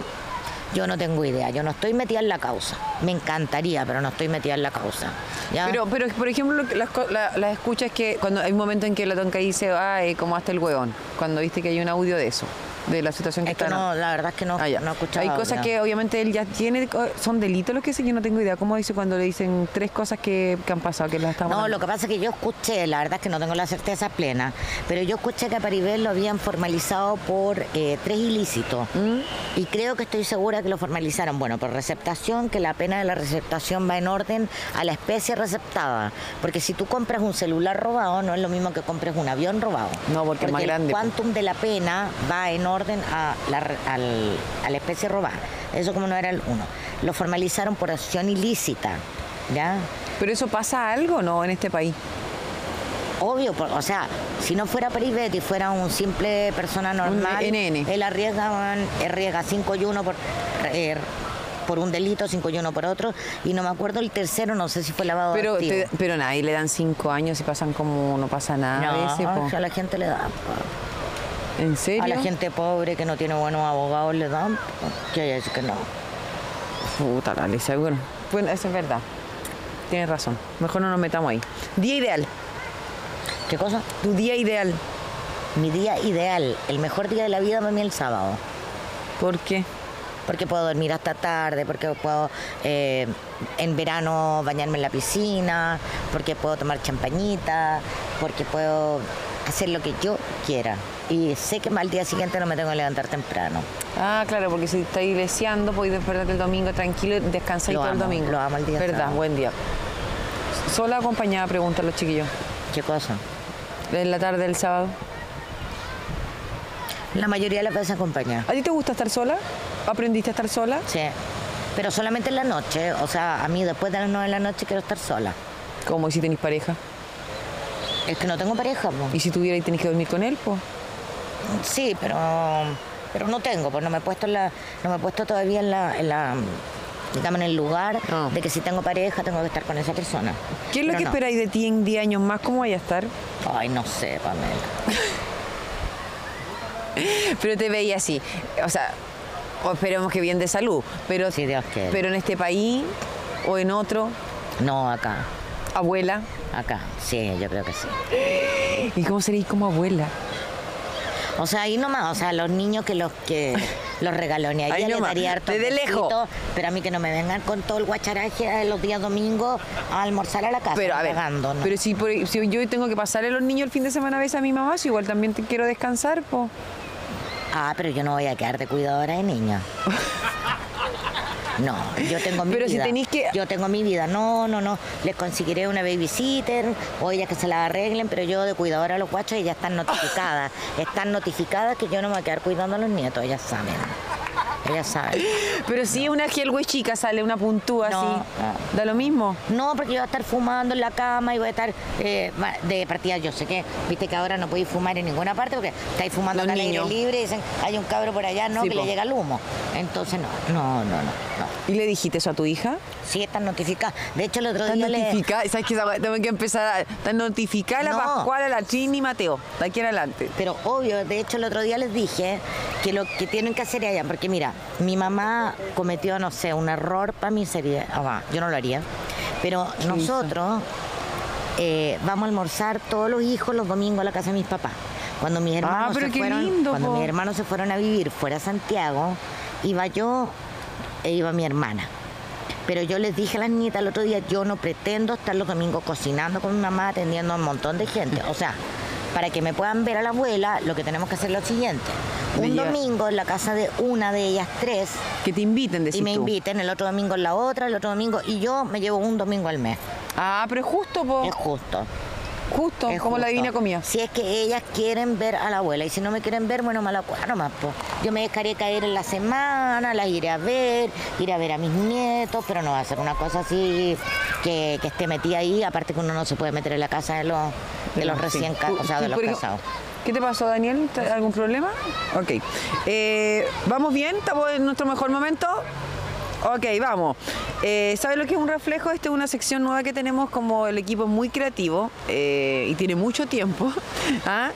Speaker 2: Yo no tengo idea, yo no estoy metida en la causa. Me encantaría, pero no estoy metida en la causa. ¿ya?
Speaker 1: Pero, pero, por ejemplo, las, co- la- las escuchas que cuando hay un momento en que la tonca dice, ay, como hasta el hueón, cuando viste que hay un audio de eso, de la situación que
Speaker 2: es que
Speaker 1: está.
Speaker 2: no, la verdad es que no,
Speaker 1: Ah, ya.
Speaker 2: no he escuchado.
Speaker 1: Hay cosas
Speaker 2: pero-
Speaker 1: que obviamente él ya tiene, co- son delitos los que dice, yo no tengo idea. ¿Cómo dice cuando le dicen tres cosas que, que han pasado, que las estamos
Speaker 2: No,
Speaker 1: hablando?
Speaker 2: lo que pasa es que yo escuché, la verdad es que no tengo la certeza plena, pero yo escuché que a Paribel lo habían formalizado por eh, tres ilícitos.
Speaker 1: ¿Mm?
Speaker 2: Y creo que estoy segura que lo formalizaron, bueno, por receptación, que la pena de la receptación va en orden a la especie receptada. Porque si tú compras un celular robado, no es lo mismo que compres un avión robado.
Speaker 1: No, porque es más grande,
Speaker 2: El
Speaker 1: pues.
Speaker 2: quantum de la pena va en orden a la, re- al- a la especie robada. Eso como no era el uno. Lo formalizaron por acción ilícita, ¿ya?
Speaker 1: Pero eso pasa algo, ¿no? En este país.
Speaker 2: Obvio, por- o sea, si no fuera Peribet y fuera un simple persona normal,
Speaker 1: NN.
Speaker 2: él arriesga, man, arriesga 5 y 1 por, eh, por un delito, 5 y 1 por otro, y no me acuerdo el tercero, no sé si fue lavado
Speaker 1: Pero,
Speaker 2: de
Speaker 1: te-
Speaker 2: activos.
Speaker 1: pero nadie le dan cinco años y pasan como no pasa nada a veces.
Speaker 2: No,
Speaker 1: po.
Speaker 2: a la gente le dan.
Speaker 1: ¿En serio?
Speaker 2: A la gente pobre que no tiene buenos abogados le dan. Que haya dicho que no.
Speaker 1: Puta la ley, seguro. Bueno, eso es verdad. Tienes razón. Mejor no nos metamos ahí. Día ideal.
Speaker 2: ¿Qué cosa?
Speaker 1: Tu día ideal.
Speaker 2: Mi día ideal, el mejor día de la vida para mí el sábado.
Speaker 1: ¿Por qué?
Speaker 2: porque puedo dormir hasta tarde, porque puedo eh, en verano bañarme en la piscina, porque puedo tomar champañita, porque puedo hacer lo que yo quiera. Y sé que al día siguiente no me tengo que levantar temprano.
Speaker 1: Ah, claro, porque si estáis leseando, pues, podéis despertarte el domingo tranquilo y descansáis
Speaker 2: Lo
Speaker 1: todo el
Speaker 2: amo,
Speaker 1: domingo.
Speaker 2: lo amo el día
Speaker 1: Verdad,
Speaker 2: sábado.
Speaker 1: buen día. Sola o acompañada, preguntan los chiquillos.
Speaker 2: ¿Qué cosa?
Speaker 1: En la tarde del sábado.
Speaker 2: La mayoría de las veces acompañada.
Speaker 1: ¿A ti te gusta estar sola? ¿Aprendiste a estar sola?
Speaker 2: Sí. Pero solamente en la noche, o sea, a mí después de las 9 de la noche quiero estar sola.
Speaker 1: ¿Cómo? ¿Y si tenéis pareja?
Speaker 2: Es que no tengo pareja, po.
Speaker 1: ¿Y si tuviera y tenéis que dormir con él? Pues?
Speaker 2: Sí, pero, pero no tengo, pues no me he puesto en la, no me he puesto todavía en la, en la digamos en el lugar
Speaker 1: Ah.
Speaker 2: de que si tengo pareja tengo que estar con esa persona.
Speaker 1: ¿Qué es lo
Speaker 2: Pero
Speaker 1: que
Speaker 2: no.
Speaker 1: esperáis de ti en 10 años más? ¿Cómo vaya a estar?
Speaker 2: Ay, no sé, Pamela.
Speaker 1: Pero te veía así. O sea, o esperemos que bien de salud. Pero,
Speaker 2: Si Dios quiere.
Speaker 1: pero en este país o en otro,
Speaker 2: No, acá,
Speaker 1: abuela.
Speaker 2: acá, sí, yo creo que sí.
Speaker 1: ¿Y cómo seréis como abuela?
Speaker 2: O sea, ahí nomás, o sea, los niños que los que los regalonearía
Speaker 1: Ahí
Speaker 2: les
Speaker 1: nomás,
Speaker 2: daría harto
Speaker 1: desde
Speaker 2: besito,
Speaker 1: lejos.
Speaker 2: pero a mí que no me vengan con todo el guacharaje de los días domingos a almorzar a la casa,
Speaker 1: Pero a ver,
Speaker 2: pagando, ¿no?
Speaker 1: pero si, por- e, si yo tengo que pasarle a los niños el fin de semana a veces a mi mamá, si igual también te quiero descansar, po.
Speaker 2: Ah, pero yo no voy a quedar de cuidadora de niños. No, yo tengo mi
Speaker 1: Pero si
Speaker 2: vida.
Speaker 1: tenís que-
Speaker 2: Yo tengo mi vida. No, no, no. Les conseguiré una babysitter o ellas que se la arreglen, pero yo de cuidadora de los guachos, ellas están notificadas. Están notificadas que yo no me voy a quedar cuidando a los nietos, ellas saben. Ellas saben.
Speaker 1: Pero si es una gelwe chica, sale una puntúa
Speaker 2: No,
Speaker 1: así.
Speaker 2: no.
Speaker 1: Da lo mismo.
Speaker 2: No, porque yo voy a estar fumando en la cama y voy a estar eh, ma- de partida. Yo sé que, viste que ahora no podéis fumar en ninguna parte porque estáis fumando
Speaker 1: Los
Speaker 2: acá al aire
Speaker 1: niños.
Speaker 2: libre y dicen, hay un cabro por allá, no,
Speaker 1: Sí,
Speaker 2: que
Speaker 1: po.
Speaker 2: le llega el humo. Entonces, no, no, no, no. no.
Speaker 1: ¿Y le dijiste eso a tu hija?
Speaker 2: Sí, están notificadas. De hecho, el otro
Speaker 1: Están
Speaker 2: día le.
Speaker 1: notificada, ¿sabes qué? Tengo que empezar a tan notificar a la
Speaker 2: No.
Speaker 1: Pascual, a la Trini y Mateo, de aquí en adelante.
Speaker 2: Pero obvio, de hecho el otro día les dije que lo que tienen que hacer allá, porque mira, mi mamá cometió, no sé, un error para mí sería, ah, va, yo no lo haría, pero nosotros eh, vamos a almorzar todos los hijos los domingos a la casa de mis papás. Cuando mis hermanos,
Speaker 1: Ah, pero
Speaker 2: se,
Speaker 1: qué
Speaker 2: fueron,
Speaker 1: lindo,
Speaker 2: cuando
Speaker 1: po.
Speaker 2: mis hermanos se fueron a vivir fuera a Santiago, iba yo e iba mi hermana. Pero yo les dije a las nietas el otro día, yo no pretendo estar los domingos cocinando con mi mamá, atendiendo a un montón de gente. O sea, para que me puedan ver a la abuela, lo que tenemos que hacer es lo siguiente.
Speaker 1: Me
Speaker 2: Un
Speaker 1: lleva-
Speaker 2: domingo en la casa de una de ellas tres
Speaker 1: Que te inviten, decís
Speaker 2: y me
Speaker 1: tú.
Speaker 2: inviten, el otro domingo en la otra, el otro domingo, y yo me llevo un domingo al mes.
Speaker 1: Ah, pero es justo, po.
Speaker 2: Es justo.
Speaker 1: justo,
Speaker 2: es
Speaker 1: como la
Speaker 2: justo.
Speaker 1: divina comida.
Speaker 2: Si es que ellas quieren ver a la abuela y si no me quieren ver, bueno, me la cuadro nomás, po. Yo me dejaré caer en la semana, las iré a ver, iré a ver a mis nietos, pero no va a ser una cosa así que, que esté metida ahí, aparte que uno no se puede meter en la casa de los, de los
Speaker 1: Sí.
Speaker 2: recién
Speaker 1: Tú-
Speaker 2: casados, o sea, de
Speaker 1: tú,
Speaker 2: los
Speaker 1: por ejemplo,
Speaker 2: casados.
Speaker 1: ¿Qué te pasó, Daniel? ¿Te- ¿Algún problema? Ok. Eh, ¿Vamos bien? ¿Estamos en nuestro mejor momento? Ok, vamos. Eh, ¿Sabes lo que es un reflejo? Esta es una sección nueva que tenemos como el equipo es muy creativo eh, y tiene mucho tiempo. ¿ah?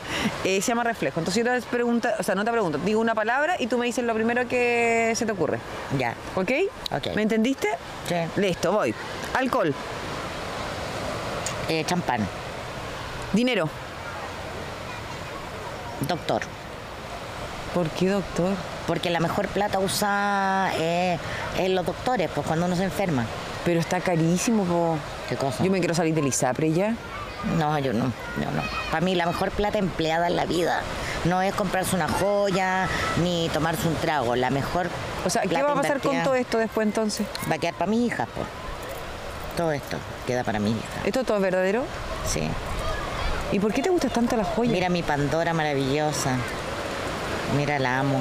Speaker 1: Eh, se llama reflejo. Entonces yo te pregunto, o sea, no te pregunto, digo una palabra y tú me dices lo primero que se te ocurre.
Speaker 2: Ya.
Speaker 1: ¿Ok?
Speaker 2: Ok.
Speaker 1: ¿Me entendiste?
Speaker 2: Sí.
Speaker 1: Listo, voy. Alcohol,
Speaker 2: Eh, champán.
Speaker 1: dinero.
Speaker 2: Doctor.
Speaker 1: ¿Por qué, doctor?
Speaker 2: Porque la mejor plata usada es en los doctores, pues cuando uno se enferma.
Speaker 1: Pero está carísimo, po.
Speaker 2: ¿Qué cosa?
Speaker 1: Yo me quiero salir del ISAPRE ya.
Speaker 2: No, yo no, yo no. Para mí la mejor plata empleada en la vida no es comprarse una joya ni tomarse un trago. La mejor.
Speaker 1: O sea, ¿qué
Speaker 2: plata
Speaker 1: va a pasar con
Speaker 2: invertida
Speaker 1: todo esto después entonces?
Speaker 2: Va a quedar para mis hijas, pues. Todo esto queda para mis hijas.
Speaker 1: ¿Esto todo es verdadero?
Speaker 2: Sí.
Speaker 1: ¿Y por qué te gusta tanto la joya?
Speaker 2: Mira mi Pandora maravillosa. Mira, la amo.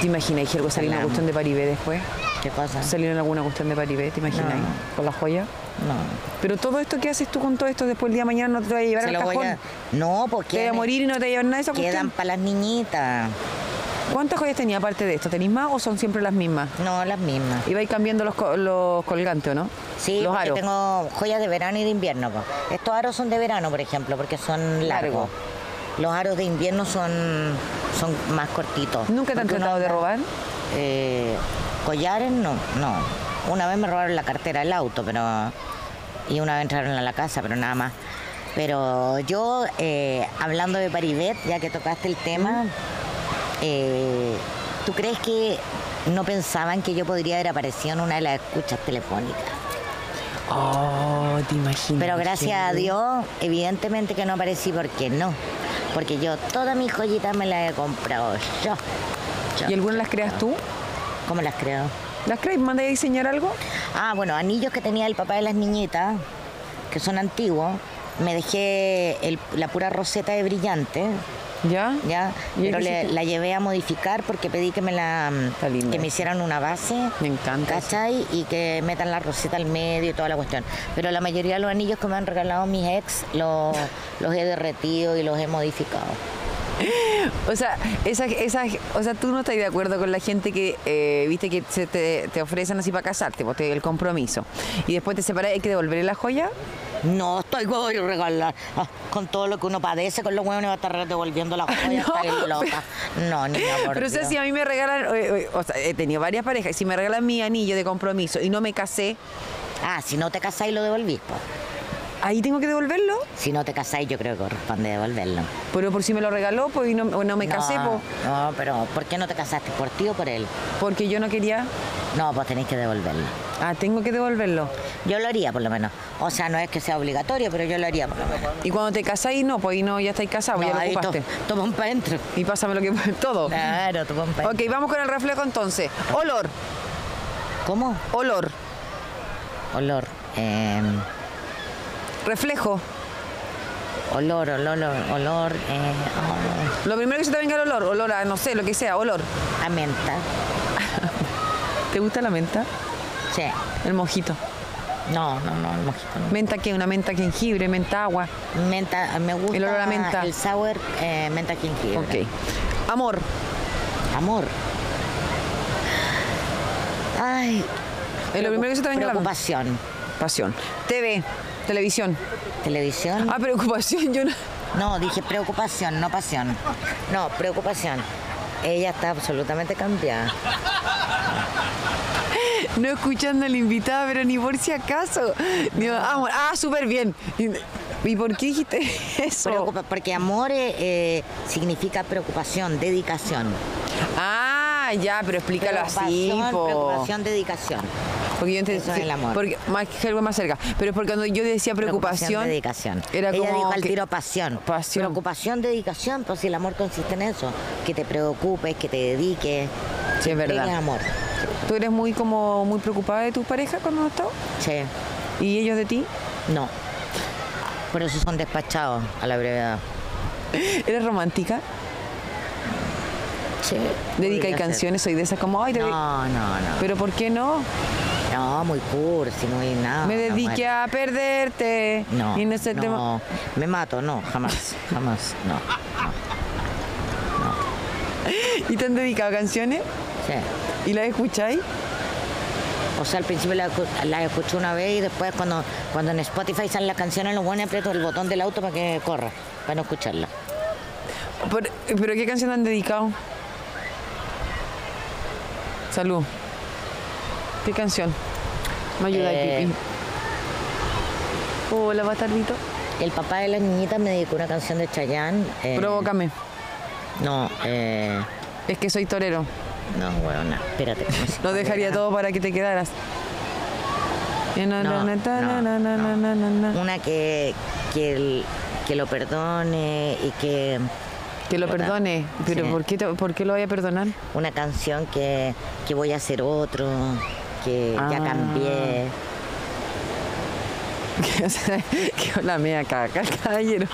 Speaker 1: ¿Te imagináis que algo salió en una
Speaker 2: Hablamos.
Speaker 1: cuestión de Paribé después?
Speaker 2: ¿Qué cosa?
Speaker 1: ¿Salió en alguna cuestión de Paribé, te imagináis?
Speaker 2: No.
Speaker 1: Con la joya.
Speaker 2: No.
Speaker 1: Pero todo esto que haces tú con todo esto después el día de mañana no te va a llevar
Speaker 2: Se
Speaker 1: al
Speaker 2: lo
Speaker 1: cajón.
Speaker 2: voy a. No,
Speaker 1: Te
Speaker 2: porque.
Speaker 1: voy a morir y no te va a llevar nada de esa
Speaker 2: Quedan
Speaker 1: cuestión.
Speaker 2: para las niñitas.
Speaker 1: ¿Cuántas joyas tenía aparte de esto? ¿Tenís más o son siempre las mismas?
Speaker 2: No, las mismas.
Speaker 1: Y vais cambiando los, co- los colgantes, ¿o no?
Speaker 2: Sí,
Speaker 1: los
Speaker 2: porque
Speaker 1: aros.
Speaker 2: tengo joyas de verano y de invierno. po. Estos aros son de verano, por ejemplo, porque son
Speaker 1: Largo.
Speaker 2: largos. Los aros de invierno son, son más cortitos.
Speaker 1: ¿Nunca te han
Speaker 2: Porque uno
Speaker 1: tratado de
Speaker 2: anda-
Speaker 1: robar?
Speaker 2: Eh, collares no, no. Una vez me robaron la cartera del auto, pero. Y una vez entraron a la casa, pero nada más. Pero yo, eh, hablando de Paribet, ya que tocaste el tema, eh, ¿tú crees que no pensaban que yo podría haber aparecido en una de las escuchas telefónicas?
Speaker 1: Oh, te imaginas.
Speaker 2: Pero gracias a
Speaker 1: que-
Speaker 2: Dios, evidentemente que no aparecí porque no. Porque yo todas mis joyitas me las he comprado yo. Yo.
Speaker 1: ¿Y algunas las creas tú?
Speaker 2: ¿Cómo las creo?
Speaker 1: ¿Las crees? ¿Mandas a diseñar algo?
Speaker 2: Ah, bueno, anillos que tenía el papá de las niñitas, que son antiguos. Me dejé el- la pura roseta de brillante,
Speaker 1: ¿Ya?
Speaker 2: ¿ya?
Speaker 1: ¿Y
Speaker 2: Pero
Speaker 1: qué
Speaker 2: le-
Speaker 1: hiciste?
Speaker 2: la llevé a modificar porque pedí que me la
Speaker 1: Está lindo
Speaker 2: que me
Speaker 1: eso.
Speaker 2: hicieran una base.
Speaker 1: Me encanta eso.
Speaker 2: ¿Cachai? Y que metan la roseta al medio y toda la cuestión. Pero la mayoría de los anillos que me han regalado mis ex los, los he derretido y los he modificado.
Speaker 1: O sea, esa, esa- o sea, tú no estás de acuerdo con la gente que, eh, viste, que se te, te ofrecen así para casarte, pues, te- el compromiso. Y después te separas, hay que devolverle la joya.
Speaker 2: No, estoy voy a regalar. Ah, con todo lo que uno padece, con los huevos, va a estar devolviendo la joya.
Speaker 1: No,
Speaker 2: está loca. No, ni por
Speaker 1: Pero o sea,
Speaker 2: Dios.
Speaker 1: si a mí me regalan, eh, eh, o sea, he tenido varias parejas, si me regalan mi anillo de compromiso y no me casé,
Speaker 2: Ah, si no te casáis lo devolvís, po.
Speaker 1: ahí tengo que devolverlo.
Speaker 2: Si no te casáis, yo creo que corresponde devolverlo.
Speaker 1: Pero por si me lo regaló, pues y no, o no me casé,
Speaker 2: no,
Speaker 1: pues,
Speaker 2: no, pero ¿por qué no te casaste? ¿Por ti o por él?
Speaker 1: porque yo no quería.
Speaker 2: No, pues tenéis que devolverlo.
Speaker 1: Ah, tengo que devolverlo.
Speaker 2: Yo lo haría, por lo menos. O sea, no es que sea obligatorio, pero yo lo haría, por lo menos.
Speaker 1: Y cuando te casáis, no, pues ahí no, ya estáis casados,
Speaker 2: No,
Speaker 1: ya lo
Speaker 2: ahí to-
Speaker 1: ocupaste.
Speaker 2: toma un pa' dentro.
Speaker 1: Y pásame lo que. todo.
Speaker 2: Claro, toma un pa'
Speaker 1: Ok, vamos con el reflejo entonces. Olor,
Speaker 2: ¿Cómo?
Speaker 1: olor.
Speaker 2: Olor. eh,
Speaker 1: Reflejo.
Speaker 2: olor, olor, olor, olor, eh, olor.
Speaker 1: Lo primero que se te venga el olor, olor a no sé, lo que sea, olor.
Speaker 2: A menta.
Speaker 1: ¿Te gusta la menta?
Speaker 2: Sí.
Speaker 1: El mojito.
Speaker 2: No, no, no, el mojito no.
Speaker 1: ¿Menta qué? Una menta jengibre, menta agua.
Speaker 2: Menta, me gusta
Speaker 1: El olor a menta.
Speaker 2: el sour, eh, menta jengibre.
Speaker 1: Ok. Amor.
Speaker 2: Amor. Ay.
Speaker 1: Es lo primero que se te venga a la mente.
Speaker 2: Preocupación.
Speaker 1: Pasión. TV. Televisión.
Speaker 2: Televisión.
Speaker 1: Ah, preocupación, yo no.
Speaker 2: No, dije preocupación, no pasión. No, preocupación. Ella está absolutamente cambiada.
Speaker 1: No escuchando a la invitada, pero ni por si acaso. Digo, amor. Ah, súper bien. Y- ¿Y por qué dijiste eso?
Speaker 2: Preocupa- porque amor eh, significa preocupación, dedicación.
Speaker 1: Ah, ya, pero explícalo así.
Speaker 2: preocupación,
Speaker 1: po.
Speaker 2: preocupación, dedicación.
Speaker 1: Porque yo entendí.
Speaker 2: Eso es el amor.
Speaker 1: Porque más que algo más cerca. Pero es porque cuando yo decía preocupación.
Speaker 2: dedicación.
Speaker 1: Era
Speaker 2: Ella
Speaker 1: como
Speaker 2: dijo al
Speaker 1: que-
Speaker 2: tiro pasión.
Speaker 1: Pasión.
Speaker 2: Preocupación, dedicación, pues si el amor consiste en eso, que te preocupes, que te dediques.
Speaker 1: Sí, es verdad.
Speaker 2: Entregues amor.
Speaker 1: ¿Tú eres muy como muy preocupada de tus parejas cuando no estás?
Speaker 2: Sí.
Speaker 1: ¿Y ellos de ti?
Speaker 2: No. Por eso son despachados a la brevedad.
Speaker 1: ¿Eres romántica?
Speaker 2: Sí.
Speaker 1: ¿Dedica y canciones? ¿Soy de esas como, ay, te de-
Speaker 2: No, no, no.
Speaker 1: Pero ¿por qué no?
Speaker 2: No, muy cursi, muy nada.
Speaker 1: Me dediqué
Speaker 2: no,
Speaker 1: a perderte.
Speaker 2: Ah, No,
Speaker 1: Y en ese
Speaker 2: no,
Speaker 1: tema.
Speaker 2: me mato, no, jamás, jamás, no.
Speaker 1: ¿Y te han dedicado canciones?
Speaker 2: Sí,
Speaker 1: ¿Y las escucháis?
Speaker 2: O sea, al principio la, escu- la escuché una vez y después cuando, cuando en Spotify salen las canciones, lo bueno aprieto el botón del auto para que corra, para no escucharla.
Speaker 1: Por- ¿Pero qué canción han dedicado? Salud. ¿Qué canción? Me ayuda,
Speaker 2: Eh.
Speaker 1: Pipi. Hola, batardito.
Speaker 2: El papá de la niñita me dedicó una canción de Chayanne. eh,
Speaker 1: Provócame.
Speaker 2: No, eh,
Speaker 1: Es que soy torero.
Speaker 2: no, huevona, espérate. ¿cómo se
Speaker 1: No
Speaker 2: llama?
Speaker 1: dejaría todo para que te quedaras. Eh,
Speaker 2: No, no, Una que, que, el- que lo perdone y que...
Speaker 1: Que lo
Speaker 2: Puta,
Speaker 1: perdone. Pero
Speaker 2: sí.
Speaker 1: ¿por, qué te- ¿por qué lo voy a perdonar?
Speaker 2: Una canción que, que voy a hacer otro, que ya
Speaker 1: Ah.
Speaker 2: cambié.
Speaker 1: Que, o sea, que la mea caca, caballero.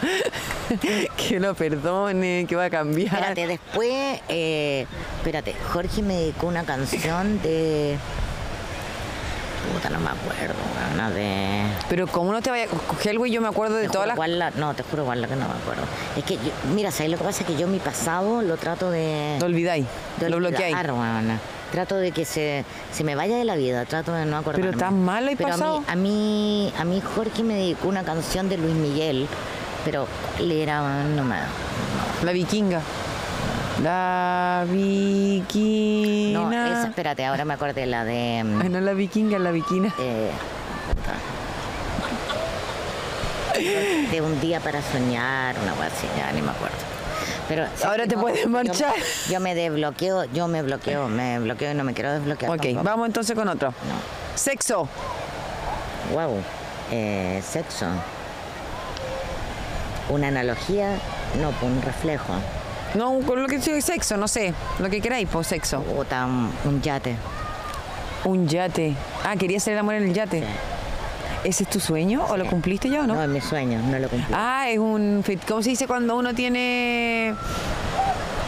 Speaker 1: que lo perdone, que va a cambiar.
Speaker 2: Espérate, después, eh, espérate, Jorge me dedicó una canción de... Puta, no me acuerdo, una de...
Speaker 1: Pero como no te vaya a Hellway, yo me acuerdo de
Speaker 2: Te
Speaker 1: todas
Speaker 2: juro,
Speaker 1: las.
Speaker 2: guarda- no, te juro, guarda, que no me acuerdo. Es que, yo- mira, ¿sabes lo que pasa? Es que yo mi pasado lo trato de...
Speaker 1: Lo olvidáis,
Speaker 2: de
Speaker 1: lo bloqueáis.
Speaker 2: olvidar, weona. Trato de que se, se me vaya de la vida, trato de no acordarme.
Speaker 1: Pero tan mal hay
Speaker 2: Pero a mí-
Speaker 1: pasado.
Speaker 2: A mí, a mí, Jorge me dedicó una canción de Luis Miguel, pero le era... No me...
Speaker 1: La vikinga. La viquina.
Speaker 2: No, esa, espérate, ahora me acordé, la de... mm,
Speaker 1: Ay, no, la vikinga, la viquina.
Speaker 2: eh, de un día para soñar, una cosa así, ya ni me acuerdo. Pero ¿sabes
Speaker 1: Ahora
Speaker 2: qué?
Speaker 1: te puedes
Speaker 2: yo-
Speaker 1: marchar.
Speaker 2: Yo, me desbloqueo, yo me bloqueo, me bloqueo y no me quiero desbloquear.
Speaker 1: Ok,
Speaker 2: tampoco.
Speaker 1: vamos entonces con otro.
Speaker 2: No.
Speaker 1: Sexo.
Speaker 2: Wow, eh, sexo. Una analogía, no, pues un reflejo.
Speaker 1: No, con lo que sea sexo, no sé. Lo que queráis, pues sexo.
Speaker 2: O tan, un yate.
Speaker 1: Un yate. Ah, quería hacer el amor en el yate. ¿Ese es tu sueño? ¿O lo cumpliste ya o no?
Speaker 2: No, es mi sueño, no lo cumplí.
Speaker 1: Ah, es un. fit- ¿Cómo se dice cuando uno tiene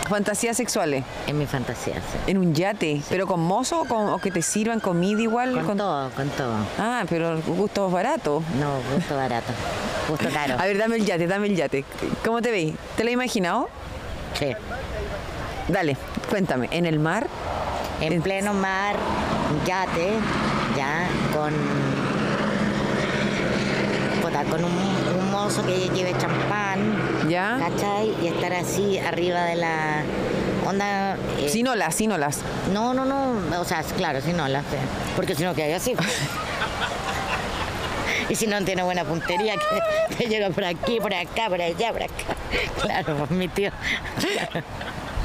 Speaker 1: fantasías sexuales?
Speaker 2: Es mi fantasía, sí.
Speaker 1: En un yate. ¿Pero con mozo o, con- o que te sirvan comida igual?
Speaker 2: Con,
Speaker 1: Con-
Speaker 2: todo, con todo.
Speaker 1: Ah, pero gustos baratos.
Speaker 2: No, gusto barato, gusto caro.
Speaker 1: A ver, dame el yate, dame el yate. ¿Cómo te veis? ¿Te lo he imaginado?
Speaker 2: Sí.
Speaker 1: Dale, cuéntame. ¿En el mar?
Speaker 2: En pleno mar, yate, ya con. puta, con un, un mozo que lleve champán,
Speaker 1: ¿Ya?
Speaker 2: ¿cachai? Y estar así arriba de la. onda. eh,
Speaker 1: Sin olas, sin olas.
Speaker 2: No, no, no, o sea, claro, si no la hace. Porque si no, que hay así. Y si no tiene buena puntería, que te llega por aquí, por acá, por allá, por acá. Claro, pues mi tío.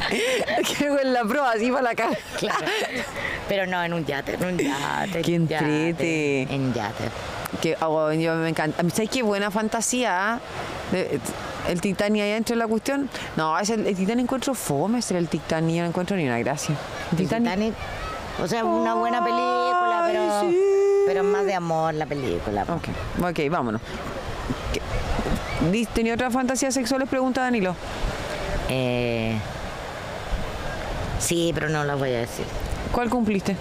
Speaker 1: que en la proa, así para la cara.
Speaker 2: Claro. Pero no, en un yate, en un yate.
Speaker 1: Qué
Speaker 2: en yate,
Speaker 1: entrete.
Speaker 2: En yate.
Speaker 1: Que oh, yo me encanta. ¿Sabes qué buena fantasía? ah? De- El Titanic ahí dentro de la cuestión. No, es el, el Titanic encuentro fome, ser el Titanic, yo no encuentro ni una gracia. El
Speaker 2: El
Speaker 1: Titanic.
Speaker 2: Titanic, O sea, una buena película,
Speaker 1: Ay,
Speaker 2: pero,
Speaker 1: sí.
Speaker 2: pero más de amor la película.
Speaker 1: Ok, ok, vámonos. ¿Qué- di- ¿Tenía otras fantasías sexuales? Pregunta Danilo.
Speaker 2: Eh, sí, pero no las voy a decir.
Speaker 1: ¿Cuál cumpliste?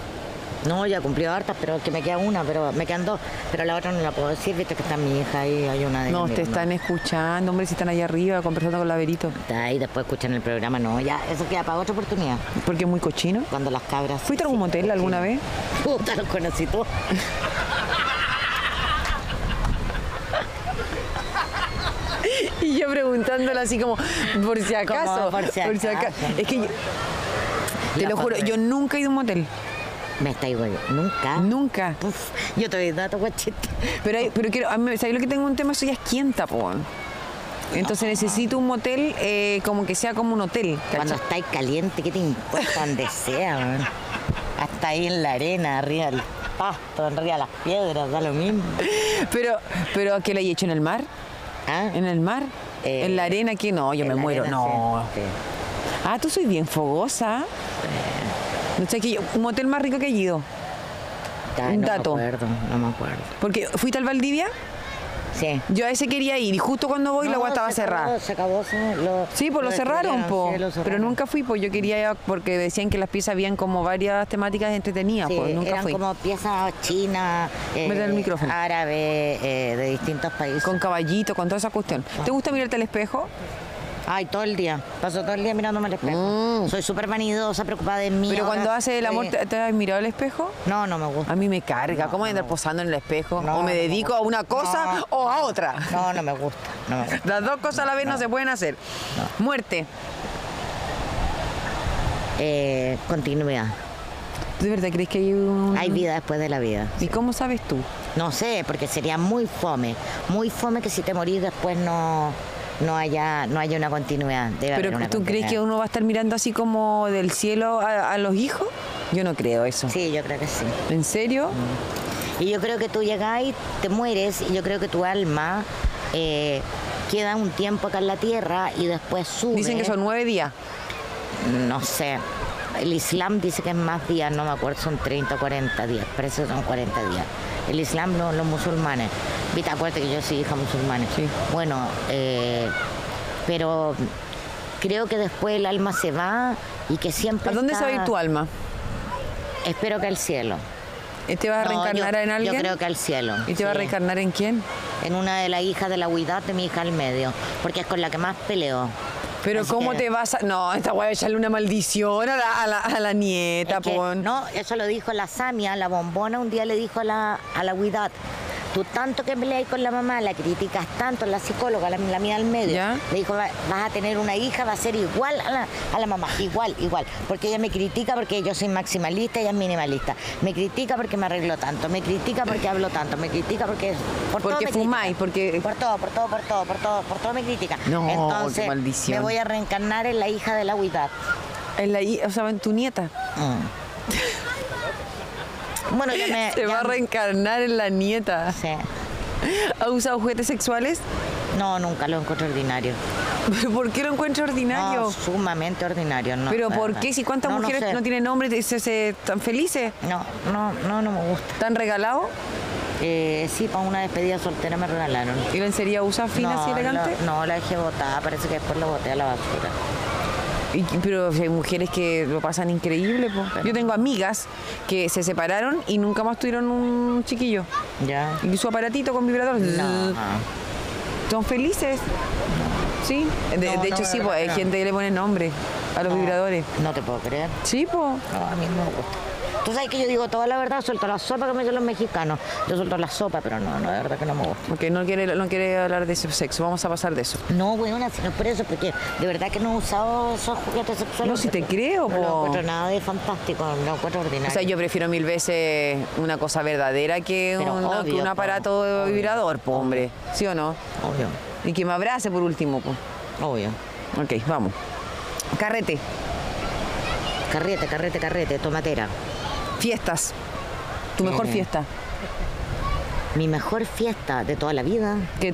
Speaker 2: No, ya cumplió hartas, pero que me queda una, pero me quedan dos. Pero la otra no la puedo decir, viste que está mi hija ahí, hay una de
Speaker 1: No,
Speaker 2: ellas,
Speaker 1: te
Speaker 2: mira,
Speaker 1: están escuchando, hombre, si están allá arriba conversando con Laberito.
Speaker 2: no. Está ahí, después escuchan el programa, no, ya, eso queda para otra oportunidad.
Speaker 1: Porque es muy cochino.
Speaker 2: Cuando las cabras.
Speaker 1: ¿Fuiste a algún motel alguna vez?
Speaker 2: Puta, los conocí todos.
Speaker 1: Y yo preguntándole así como, por si acaso.
Speaker 2: por si
Speaker 1: aca-
Speaker 2: acaso.
Speaker 1: Es que yo- te
Speaker 2: La
Speaker 1: lo juro,
Speaker 2: foto de-
Speaker 1: yo nunca he ido a un motel.
Speaker 2: Me está igual, nunca.
Speaker 1: Ah. Nunca.
Speaker 2: Puf, yo te doy datos, guachito.
Speaker 1: Pero, hay- pero quiero, a mí, ¿sabes lo que tengo un tema? Eso ya es quienta, po. weón. Entonces necesito un motel eh, como que sea como un hotel.
Speaker 2: Cuando
Speaker 1: ¿cachai?
Speaker 2: estáis caliente, ¿qué te importa donde sea? man? Hasta ahí en la arena, arriba del pasto, arriba de las piedras, da lo mismo.
Speaker 1: Pero, pero ¿qué le he hecho en el mar?
Speaker 2: ¿Ah?
Speaker 1: ¿En el mar?
Speaker 2: Eh,
Speaker 1: ¿En la arena? que No, yo
Speaker 2: en
Speaker 1: me
Speaker 2: la
Speaker 1: muero.
Speaker 2: arena,
Speaker 1: No.
Speaker 2: sí, sí. Eh.
Speaker 1: Ah, tú soy bien fogosa. No sé, que yo- un motel más rico que he ido.
Speaker 2: Ya,
Speaker 1: Un
Speaker 2: no
Speaker 1: dato.
Speaker 2: me acuerdo, no me acuerdo.
Speaker 1: Porque fuiste al Valdivia,
Speaker 2: Sí.
Speaker 1: yo a ese quería ir y justo cuando voy la
Speaker 2: No,
Speaker 1: agua estaba
Speaker 2: se acabó,
Speaker 1: cerrada.
Speaker 2: Se acabó, se- lo-
Speaker 1: Sí, pues lo cerraron,
Speaker 2: destruyeron,
Speaker 1: po.
Speaker 2: sí, lo cerraron.
Speaker 1: Pero nunca fui, pues yo quería ir porque decían que las piezas habían como varias temáticas entretenidas,
Speaker 2: Sí,
Speaker 1: pues nunca
Speaker 2: eran
Speaker 1: fui.
Speaker 2: como piezas chinas,
Speaker 1: Métele el micrófono.
Speaker 2: árabe, eh, de distintos países.
Speaker 1: Con caballito, con toda esa cuestión. ¿Te gusta mirarte al espejo?
Speaker 2: Ay, todo el día. Paso todo el día mirándome al espejo. Soy súper vanidosa, preocupada de mí.
Speaker 1: Mm. Pero
Speaker 2: ahora
Speaker 1: cuando haces el amor,
Speaker 2: estoy-
Speaker 1: ¿te, te has mirado el espejo?
Speaker 2: No, no me gusta.
Speaker 1: A mí me carga.
Speaker 2: No,
Speaker 1: ¿Cómo voy a andar
Speaker 2: no.
Speaker 1: posando en el espejo?
Speaker 2: No,
Speaker 1: o me
Speaker 2: no,
Speaker 1: dedico
Speaker 2: no.
Speaker 1: a una cosa
Speaker 2: No.
Speaker 1: o a otra.
Speaker 2: No, no me gusta. No me gusta.
Speaker 1: Las dos cosas a la vez no, se pueden hacer. Muerte.
Speaker 2: Eh, continuidad.
Speaker 1: ¿De verdad crees que hay un...
Speaker 2: Hay vida después de la vida.
Speaker 1: ¿Y cómo sabes tú?
Speaker 2: No sé, porque sería muy fome. Muy fome que si te morís después no, no haya no haya una continuidad. Debe haber
Speaker 1: ¿Pero
Speaker 2: una
Speaker 1: tú crees que
Speaker 2: continuidad.
Speaker 1: uno va a estar mirando así como del cielo a, a los hijos? Yo no creo eso.
Speaker 2: Sí, yo creo que sí.
Speaker 1: ¿En serio?
Speaker 2: Y yo creo que tú llegás y te mueres y yo creo que tu alma eh, queda un tiempo acá en la tierra y después sube.
Speaker 1: Dicen que son nueve días.
Speaker 2: No sé. El Islam dice que es más días, no me acuerdo, son 30 o 40 días, parece que son 40 días. El Islam, no, los musulmanes. Viste, acuérdate que yo soy hija musulmana.
Speaker 1: Sí.
Speaker 2: Bueno, eh, pero creo que después el alma se va y que siempre.
Speaker 1: ¿A dónde se va a ir
Speaker 2: está-
Speaker 1: tu alma?
Speaker 2: Espero que al cielo.
Speaker 1: ¿Eh, ¿Te vas a
Speaker 2: No, yo-
Speaker 1: reencarnar en alguien?
Speaker 2: Yo creo que al cielo.
Speaker 1: ¿Y te vas a
Speaker 2: sí.
Speaker 1: reencarnar en quién?
Speaker 2: en una de las hijas de la huidad de mi hija al medio, porque es con la que más peleo.
Speaker 1: Pero
Speaker 2: Así
Speaker 1: ¿cómo
Speaker 2: que-
Speaker 1: te vas a...? No, esta voy a echarle una maldición a la, a la- a la nieta,
Speaker 2: Es que-
Speaker 1: pon.
Speaker 2: no, eso lo dijo la Samia, la bombona, un día le dijo a la, a la huidad, tú tanto que peleas con la mamá, la criticas tanto, la psicóloga, la, la mía al medio,
Speaker 1: ¿Ya?
Speaker 2: le dijo, "Va- vas a tener una hija, va a ser igual a la, a la mamá, igual, igual, porque ella me critica porque yo soy maximalista, ella es minimalista, me critica porque me arreglo tanto, me critica porque hablo tanto, me critica porque... Por todo
Speaker 1: Porque
Speaker 2: me
Speaker 1: fumáis,
Speaker 2: critica.
Speaker 1: porque...
Speaker 2: Por todo, por todo, por todo, por todo, por todo me critican.
Speaker 1: No, qué
Speaker 2: Entonces,
Speaker 1: maldición.
Speaker 2: me voy a reencarnar en la hija de la huidad.
Speaker 1: En la, hi- o sea, en tu nieta.
Speaker 2: Mm. bueno, ya me.
Speaker 1: Te
Speaker 2: ya-
Speaker 1: va a reencarnar en la nieta.
Speaker 2: Sí.
Speaker 1: ¿Ha usado juguetes sexuales?
Speaker 2: No, nunca lo encuentro ordinario.
Speaker 1: ¿Pero ¿Por qué lo encuentro ordinario?
Speaker 2: No, sumamente ordinario. No,
Speaker 1: ¿Pero
Speaker 2: no,
Speaker 1: por
Speaker 2: no.
Speaker 1: qué? Si cuántas
Speaker 2: Ah, No, no
Speaker 1: mujeres no,
Speaker 2: sé.
Speaker 1: tienen nombre y se, se- tan felices,
Speaker 2: No, no, no, no me gusta.
Speaker 1: tan regalados.
Speaker 2: Eh, sí, para una despedida soltera me regalaron.
Speaker 1: ¿Y la lencería usa fina
Speaker 2: no,
Speaker 1: así elegante?
Speaker 2: lo- no, la dejé botada, parece que después lo boté a la basura.
Speaker 1: Y- pero hay mujeres que lo pasan increíble. po. Yo tengo amigas que se separaron y nunca más tuvieron un chiquillo.
Speaker 2: Ya.
Speaker 1: Y su aparatito con vibrador.
Speaker 2: No.
Speaker 1: Son felices. Sí. De, de
Speaker 2: No, no,
Speaker 1: hecho,
Speaker 2: la
Speaker 1: sí,
Speaker 2: verdad
Speaker 1: po, hay
Speaker 2: que no.
Speaker 1: gente que le pone nombre a los
Speaker 2: no,
Speaker 1: vibradores.
Speaker 2: No te puedo creer.
Speaker 1: Sí, po.
Speaker 2: No, a mí no me gusta. Tú sabes que yo digo toda la verdad, suelto la sopa que me dicen los mexicanos. Yo suelto la sopa, pero no, no, de verdad que no me gusta.
Speaker 1: Porque no quiere, no quiere hablar de su sexo. Vamos a pasar de eso.
Speaker 2: No, weona, si no es por eso, porque de verdad que no he usado esos juguetes sexuales.
Speaker 1: No, si te creo,
Speaker 2: No
Speaker 1: po.
Speaker 2: lo encuentro nada de fantástico, no lo encuentro ordinario.
Speaker 1: O sea, yo prefiero mil veces una cosa verdadera que,
Speaker 2: Pero
Speaker 1: un, que
Speaker 2: obvio,
Speaker 1: un
Speaker 2: po,
Speaker 1: aparato
Speaker 2: obvio,
Speaker 1: vibrador, po, hombre. ¿Sí o no?
Speaker 2: Obvio,
Speaker 1: Y que me abrace por último, po.
Speaker 2: obvio.
Speaker 1: Ok, vamos. Carrete,
Speaker 2: Carrete, carrete, carrete, tomatera.
Speaker 1: fiestas. Tu mejor
Speaker 2: Eh.
Speaker 1: fiesta.
Speaker 2: Mi mejor fiesta de toda la vida
Speaker 1: Que,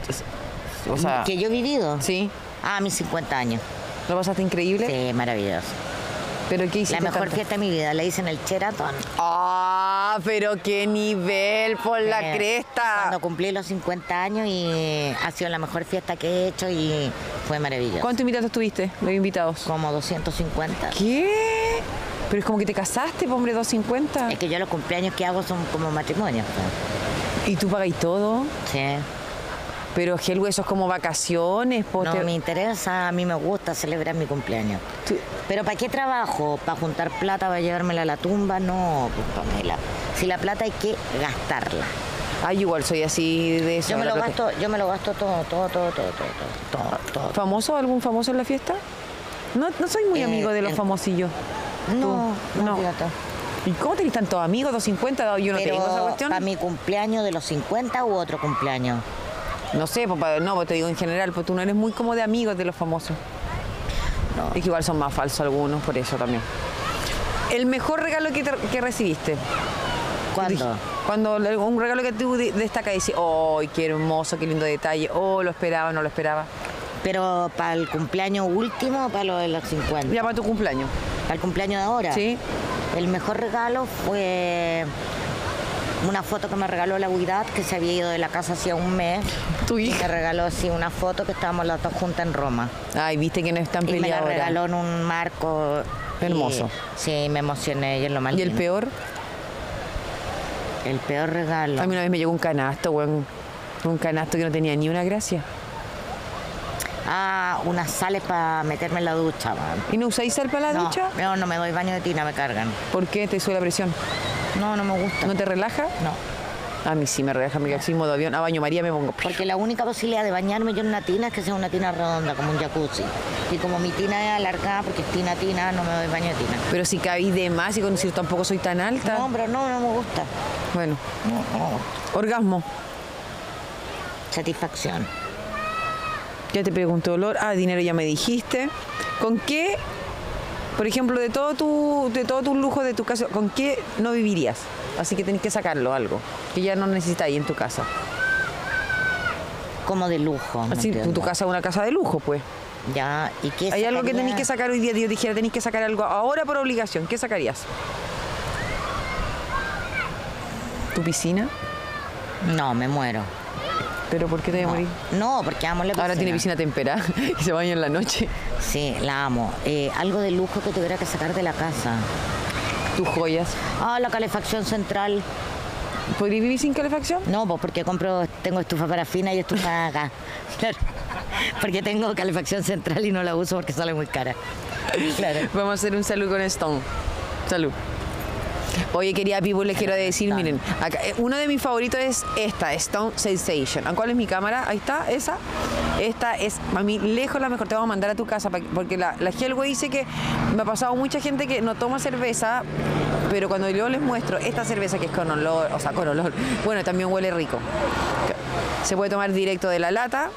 Speaker 1: o sea,
Speaker 2: que yo he vivido.
Speaker 1: sí,
Speaker 2: Ah, mis 50 años.
Speaker 1: lo pasaste increíble.
Speaker 2: Sí, maravilloso.
Speaker 1: Pero ¿qué hiciste?
Speaker 2: La mejor
Speaker 1: tanto?
Speaker 2: fiesta de mi vida la hice en el Sheraton.
Speaker 1: Ah, pero qué nivel por la
Speaker 2: Eh,
Speaker 1: cresta.
Speaker 2: Cuando cumplí los 50 años y ha sido la mejor fiesta que he hecho y fue maravilloso.
Speaker 1: ¿Cuántos invitados tuviste? Los invitados.
Speaker 2: Como 250.
Speaker 1: ¿Qué? Pero es como que te casaste, po, hombre, 250.
Speaker 2: Es que yo los cumpleaños que hago son como matrimonios. pues.
Speaker 1: Y tú pagáis todo.
Speaker 2: Sí.
Speaker 1: Pero Helwe, eso es como vacaciones. po,
Speaker 2: No
Speaker 1: te-
Speaker 2: me interesa, a mí me gusta celebrar mi cumpleaños.
Speaker 1: Tú-
Speaker 2: Pero ¿para qué trabajo? ¿Para juntar plata, para llevármela a la tumba? No, pues, Pamela. Si la plata hay que gastarla.
Speaker 1: Ay, igual soy así de eso.
Speaker 2: Yo me
Speaker 1: la
Speaker 2: lo
Speaker 1: plata.
Speaker 2: gasto, yo me lo gasto todo, todo, todo, todo, todo, todo, todo.
Speaker 1: ¿Famoso? ¿Algún famoso en la fiesta? No, no soy muy
Speaker 2: Eh,
Speaker 1: amigo de los
Speaker 2: en-
Speaker 1: famosillos.
Speaker 2: No,
Speaker 1: Tú,
Speaker 2: no,
Speaker 1: no.
Speaker 2: fíjate.
Speaker 1: ¿Y cómo tenés tantos amigos? 250, yo no tengo esa
Speaker 2: Pero
Speaker 1: cuestión.
Speaker 2: para mi cumpleaños de los 50 u otro cumpleaños.
Speaker 1: No sé, pues, pa- no, pues te digo en general, pues tú no eres muy como de amigos de los famosos.
Speaker 2: No.
Speaker 1: Es que igual son más falsos algunos, por eso también. El mejor regalo que, te- que recibiste.
Speaker 2: ¿Cuándo?
Speaker 1: Cuando le- un regalo que tú de- destacas y dices, ¡ay, qué hermoso, qué lindo detalle! ¡Oh, lo esperaba, no lo esperaba!
Speaker 2: Pero para el cumpleaños último o para lo de los 50.
Speaker 1: Ya para tu cumpleaños.
Speaker 2: al cumpleaños de ahora.
Speaker 1: Sí.
Speaker 2: El mejor regalo fue una foto que me regaló la Huidad, que se había ido de la casa hacía un mes.
Speaker 1: Tu
Speaker 2: Y me
Speaker 1: hija.
Speaker 2: regaló así una foto que estábamos las dos juntas en Roma.
Speaker 1: Ay, viste que no es tan
Speaker 2: Y me la
Speaker 1: peleadora.
Speaker 2: regaló en un marco. y-
Speaker 1: Hermoso.
Speaker 2: sí, me emocioné y es lo más
Speaker 1: ¿Y el
Speaker 2: lindo.
Speaker 1: peor?
Speaker 2: El peor regalo.
Speaker 1: A mí una vez me llegó un canasto, weón. Un canasto que no tenía ni una gracia.
Speaker 2: a unas sales para meterme en la ducha. man.
Speaker 1: ¿Y no usáis sal para la
Speaker 2: no,
Speaker 1: ducha?
Speaker 2: No, no me doy baño de tina, me cargan.
Speaker 1: ¿Por qué te sube la presión?
Speaker 2: No, no me gusta.
Speaker 1: ¿No te relaja?
Speaker 2: No.
Speaker 1: A mí sí me relaja mi calcismo de avión. A baño María me pongo.
Speaker 2: Porque la única posibilidad de bañarme yo en una tina es que sea una tina redonda, como un jacuzzi. Y como mi tina es alargada, porque es tina, tina, no me doy baño de tina.
Speaker 1: Pero si cabís de más y con si tampoco soy tan alta.
Speaker 2: No, pero no, no me gusta.
Speaker 1: Bueno,
Speaker 2: No, no me gusta.
Speaker 1: orgasmo.
Speaker 2: Satisfacción.
Speaker 1: Ya te pregunté olor. Ah, dinero ya me dijiste. ¿Con qué, por ejemplo, de todo tu, de todo tu lujo de tu casa, con qué no vivirías? Así que tenés que sacarlo algo que ya no necesitáis en tu casa.
Speaker 2: Como de lujo. ¿me
Speaker 1: Así, tu,
Speaker 2: entiendes?
Speaker 1: tu casa es una casa de lujo, pues.
Speaker 2: Ya, ¿y qué
Speaker 1: Hay algo que
Speaker 2: sacaría?
Speaker 1: tenéis que sacar hoy día. Yo dijera, tenéis que sacar algo ahora por obligación. ¿Qué sacarías? ¿Tu piscina?
Speaker 2: No, me muero.
Speaker 1: ¿Pero por qué te voy a morir?
Speaker 2: No, porque amo la piscina.
Speaker 1: Ahora tiene piscina temperada y se baña en la noche.
Speaker 2: Sí, la amo. Eh, algo de lujo que tuviera que sacar de la casa.
Speaker 1: Tus joyas.
Speaker 2: Ah, la calefacción central.
Speaker 1: ¿Podrías vivir sin calefacción?
Speaker 2: No, pues porque compro, tengo estufa parafina y estufa acá. Claro. Porque tengo calefacción central y no la uso porque sale muy cara. Claro.
Speaker 1: Vamos a hacer un salud con Stone. Salud. Oye, querida people, les quiero decir, miren, acá, eh, uno de mis favoritos es esta, Stone Sensation. ¿A ¿Cuál es mi cámara? Ahí está, esa. Esta es, para mí, lejos la mejor. Te vamos a mandar a tu casa, pa' que- porque la, la Hellway dice que me ha pasado mucha gente que no toma cerveza, pero cuando yo les muestro esta cerveza que es con olor, o sea, con olor, bueno, también huele rico. Se puede tomar directo de la lata.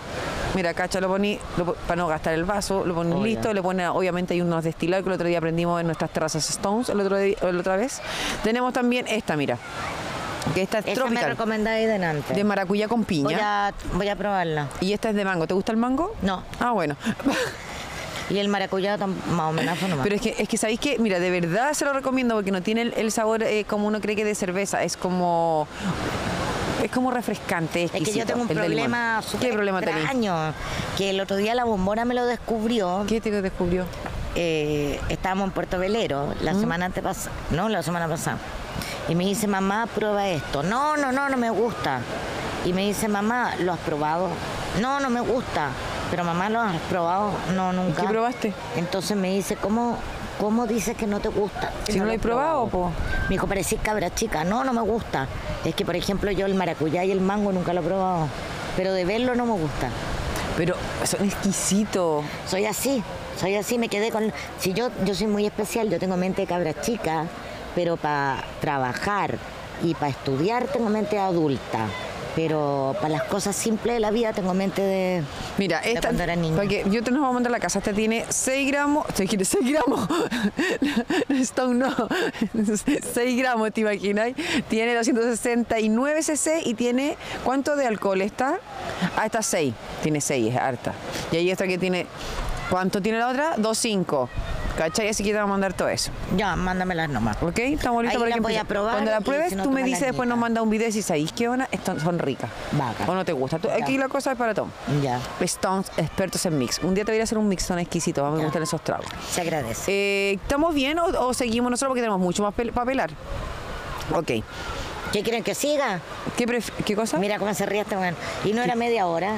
Speaker 1: Mira, cacha, lo poní lo po- para no gastar el vaso, lo poní
Speaker 2: Obvio.
Speaker 1: listo, le pone, obviamente hay unos destilados que el otro día aprendimos en nuestras terrazas Stones, el otro día- la otra vez. Tenemos también esta, mira, que esta es
Speaker 2: Esa me
Speaker 1: tropical,
Speaker 2: recomendáis delante.
Speaker 1: de maracuyá con
Speaker 2: voy,
Speaker 1: piña.
Speaker 2: a, voy a probarla.
Speaker 1: Y esta es de mango. ¿Te gusta el mango?
Speaker 2: No.
Speaker 1: Ah, bueno.
Speaker 2: Y el maracuyá tam- más o menos fue nomás.
Speaker 1: Pero es que, es que sabéis que, mira, de verdad se lo recomiendo porque no tiene el, el sabor eh, como uno cree que de cerveza, es como... Es como refrescante,
Speaker 2: Es que yo
Speaker 1: exquisito,
Speaker 2: tengo un
Speaker 1: el de limón.
Speaker 2: problema súper
Speaker 1: ¿Qué problema tenéis?
Speaker 2: extraño, que el otro día la bombona me lo descubrió.
Speaker 1: ¿Qué te descubrió?
Speaker 2: Eh, estábamos en Puerto Velero la semana antepasada, no, la semana pasada. Y me dice, mamá, prueba esto. No, no, no, no me gusta. Y me dice, mamá, ¿lo has probado? No, no me gusta. Pero mamá, ¿lo has probado? No, nunca.
Speaker 1: ¿Qué probaste?
Speaker 2: Entonces me dice, ¿cómo, cómo dices que no te gusta?
Speaker 1: Si no lo
Speaker 2: he
Speaker 1: he probado, po.
Speaker 2: Me dijo, parecís cabra chica. No, no me gusta. Es que, por ejemplo, yo el maracuyá y el mango nunca lo he probado. Pero de verlo no me gusta.
Speaker 1: Pero son exquisitos.
Speaker 2: Soy así, soy así, me quedé con... Si yo, yo soy muy especial, yo tengo mente de cabra chica, pero para trabajar y para estudiar tengo mente de adulta. Pero para las cosas simples de la vida tengo mente de...
Speaker 1: Mira, esta.
Speaker 2: cuando era niña.
Speaker 1: Porque yo te nos voy a mandar a la casa. Esta tiene 6 gramos. ¿Te quieres 6 gramos? No, Stone no. 6 gramos, ¿te imaginas? Tiene 269 cc y tiene. ¿Cuánto de alcohol está? Ah, está 6. Tiene 6, es harta. Y ahí esta que tiene. ¿Cuánto tiene la otra? 2.5. ¿Cachai? Así que te voy a mandar todo eso.
Speaker 2: Ya, mándamelas nomás.
Speaker 1: ¿Ok? Estamos listos
Speaker 2: Ahí
Speaker 1: para
Speaker 2: la
Speaker 1: que
Speaker 2: voy a
Speaker 1: empiece.
Speaker 2: probar
Speaker 1: Cuando la
Speaker 2: y
Speaker 1: pruebes,
Speaker 2: si no,
Speaker 1: tú
Speaker 2: tú
Speaker 1: me
Speaker 2: me la
Speaker 1: dices, después nos
Speaker 2: indicas.
Speaker 1: manda un video y dices, ahí qué onda? Están- son ricas.
Speaker 2: Vaca.
Speaker 1: O no te gusta. Tú-
Speaker 2: Ya.
Speaker 1: aquí la cosa es para todo.
Speaker 2: Ya,
Speaker 1: Stones, expertos en mix. Un día te voy a ir a hacer un mix son exquisito, a mí me
Speaker 2: Ya.
Speaker 1: gustan esos tragos.
Speaker 2: se agradece.
Speaker 1: Eh, ¿Estamos bien o, o seguimos nosotros porque tenemos mucho más pel- para pelar? Ok.
Speaker 2: ¿Qué quieren que siga?
Speaker 1: ¿Qué, pref- ¿Qué cosa?
Speaker 2: Mira cómo se ríe este weón. Y no era media hora.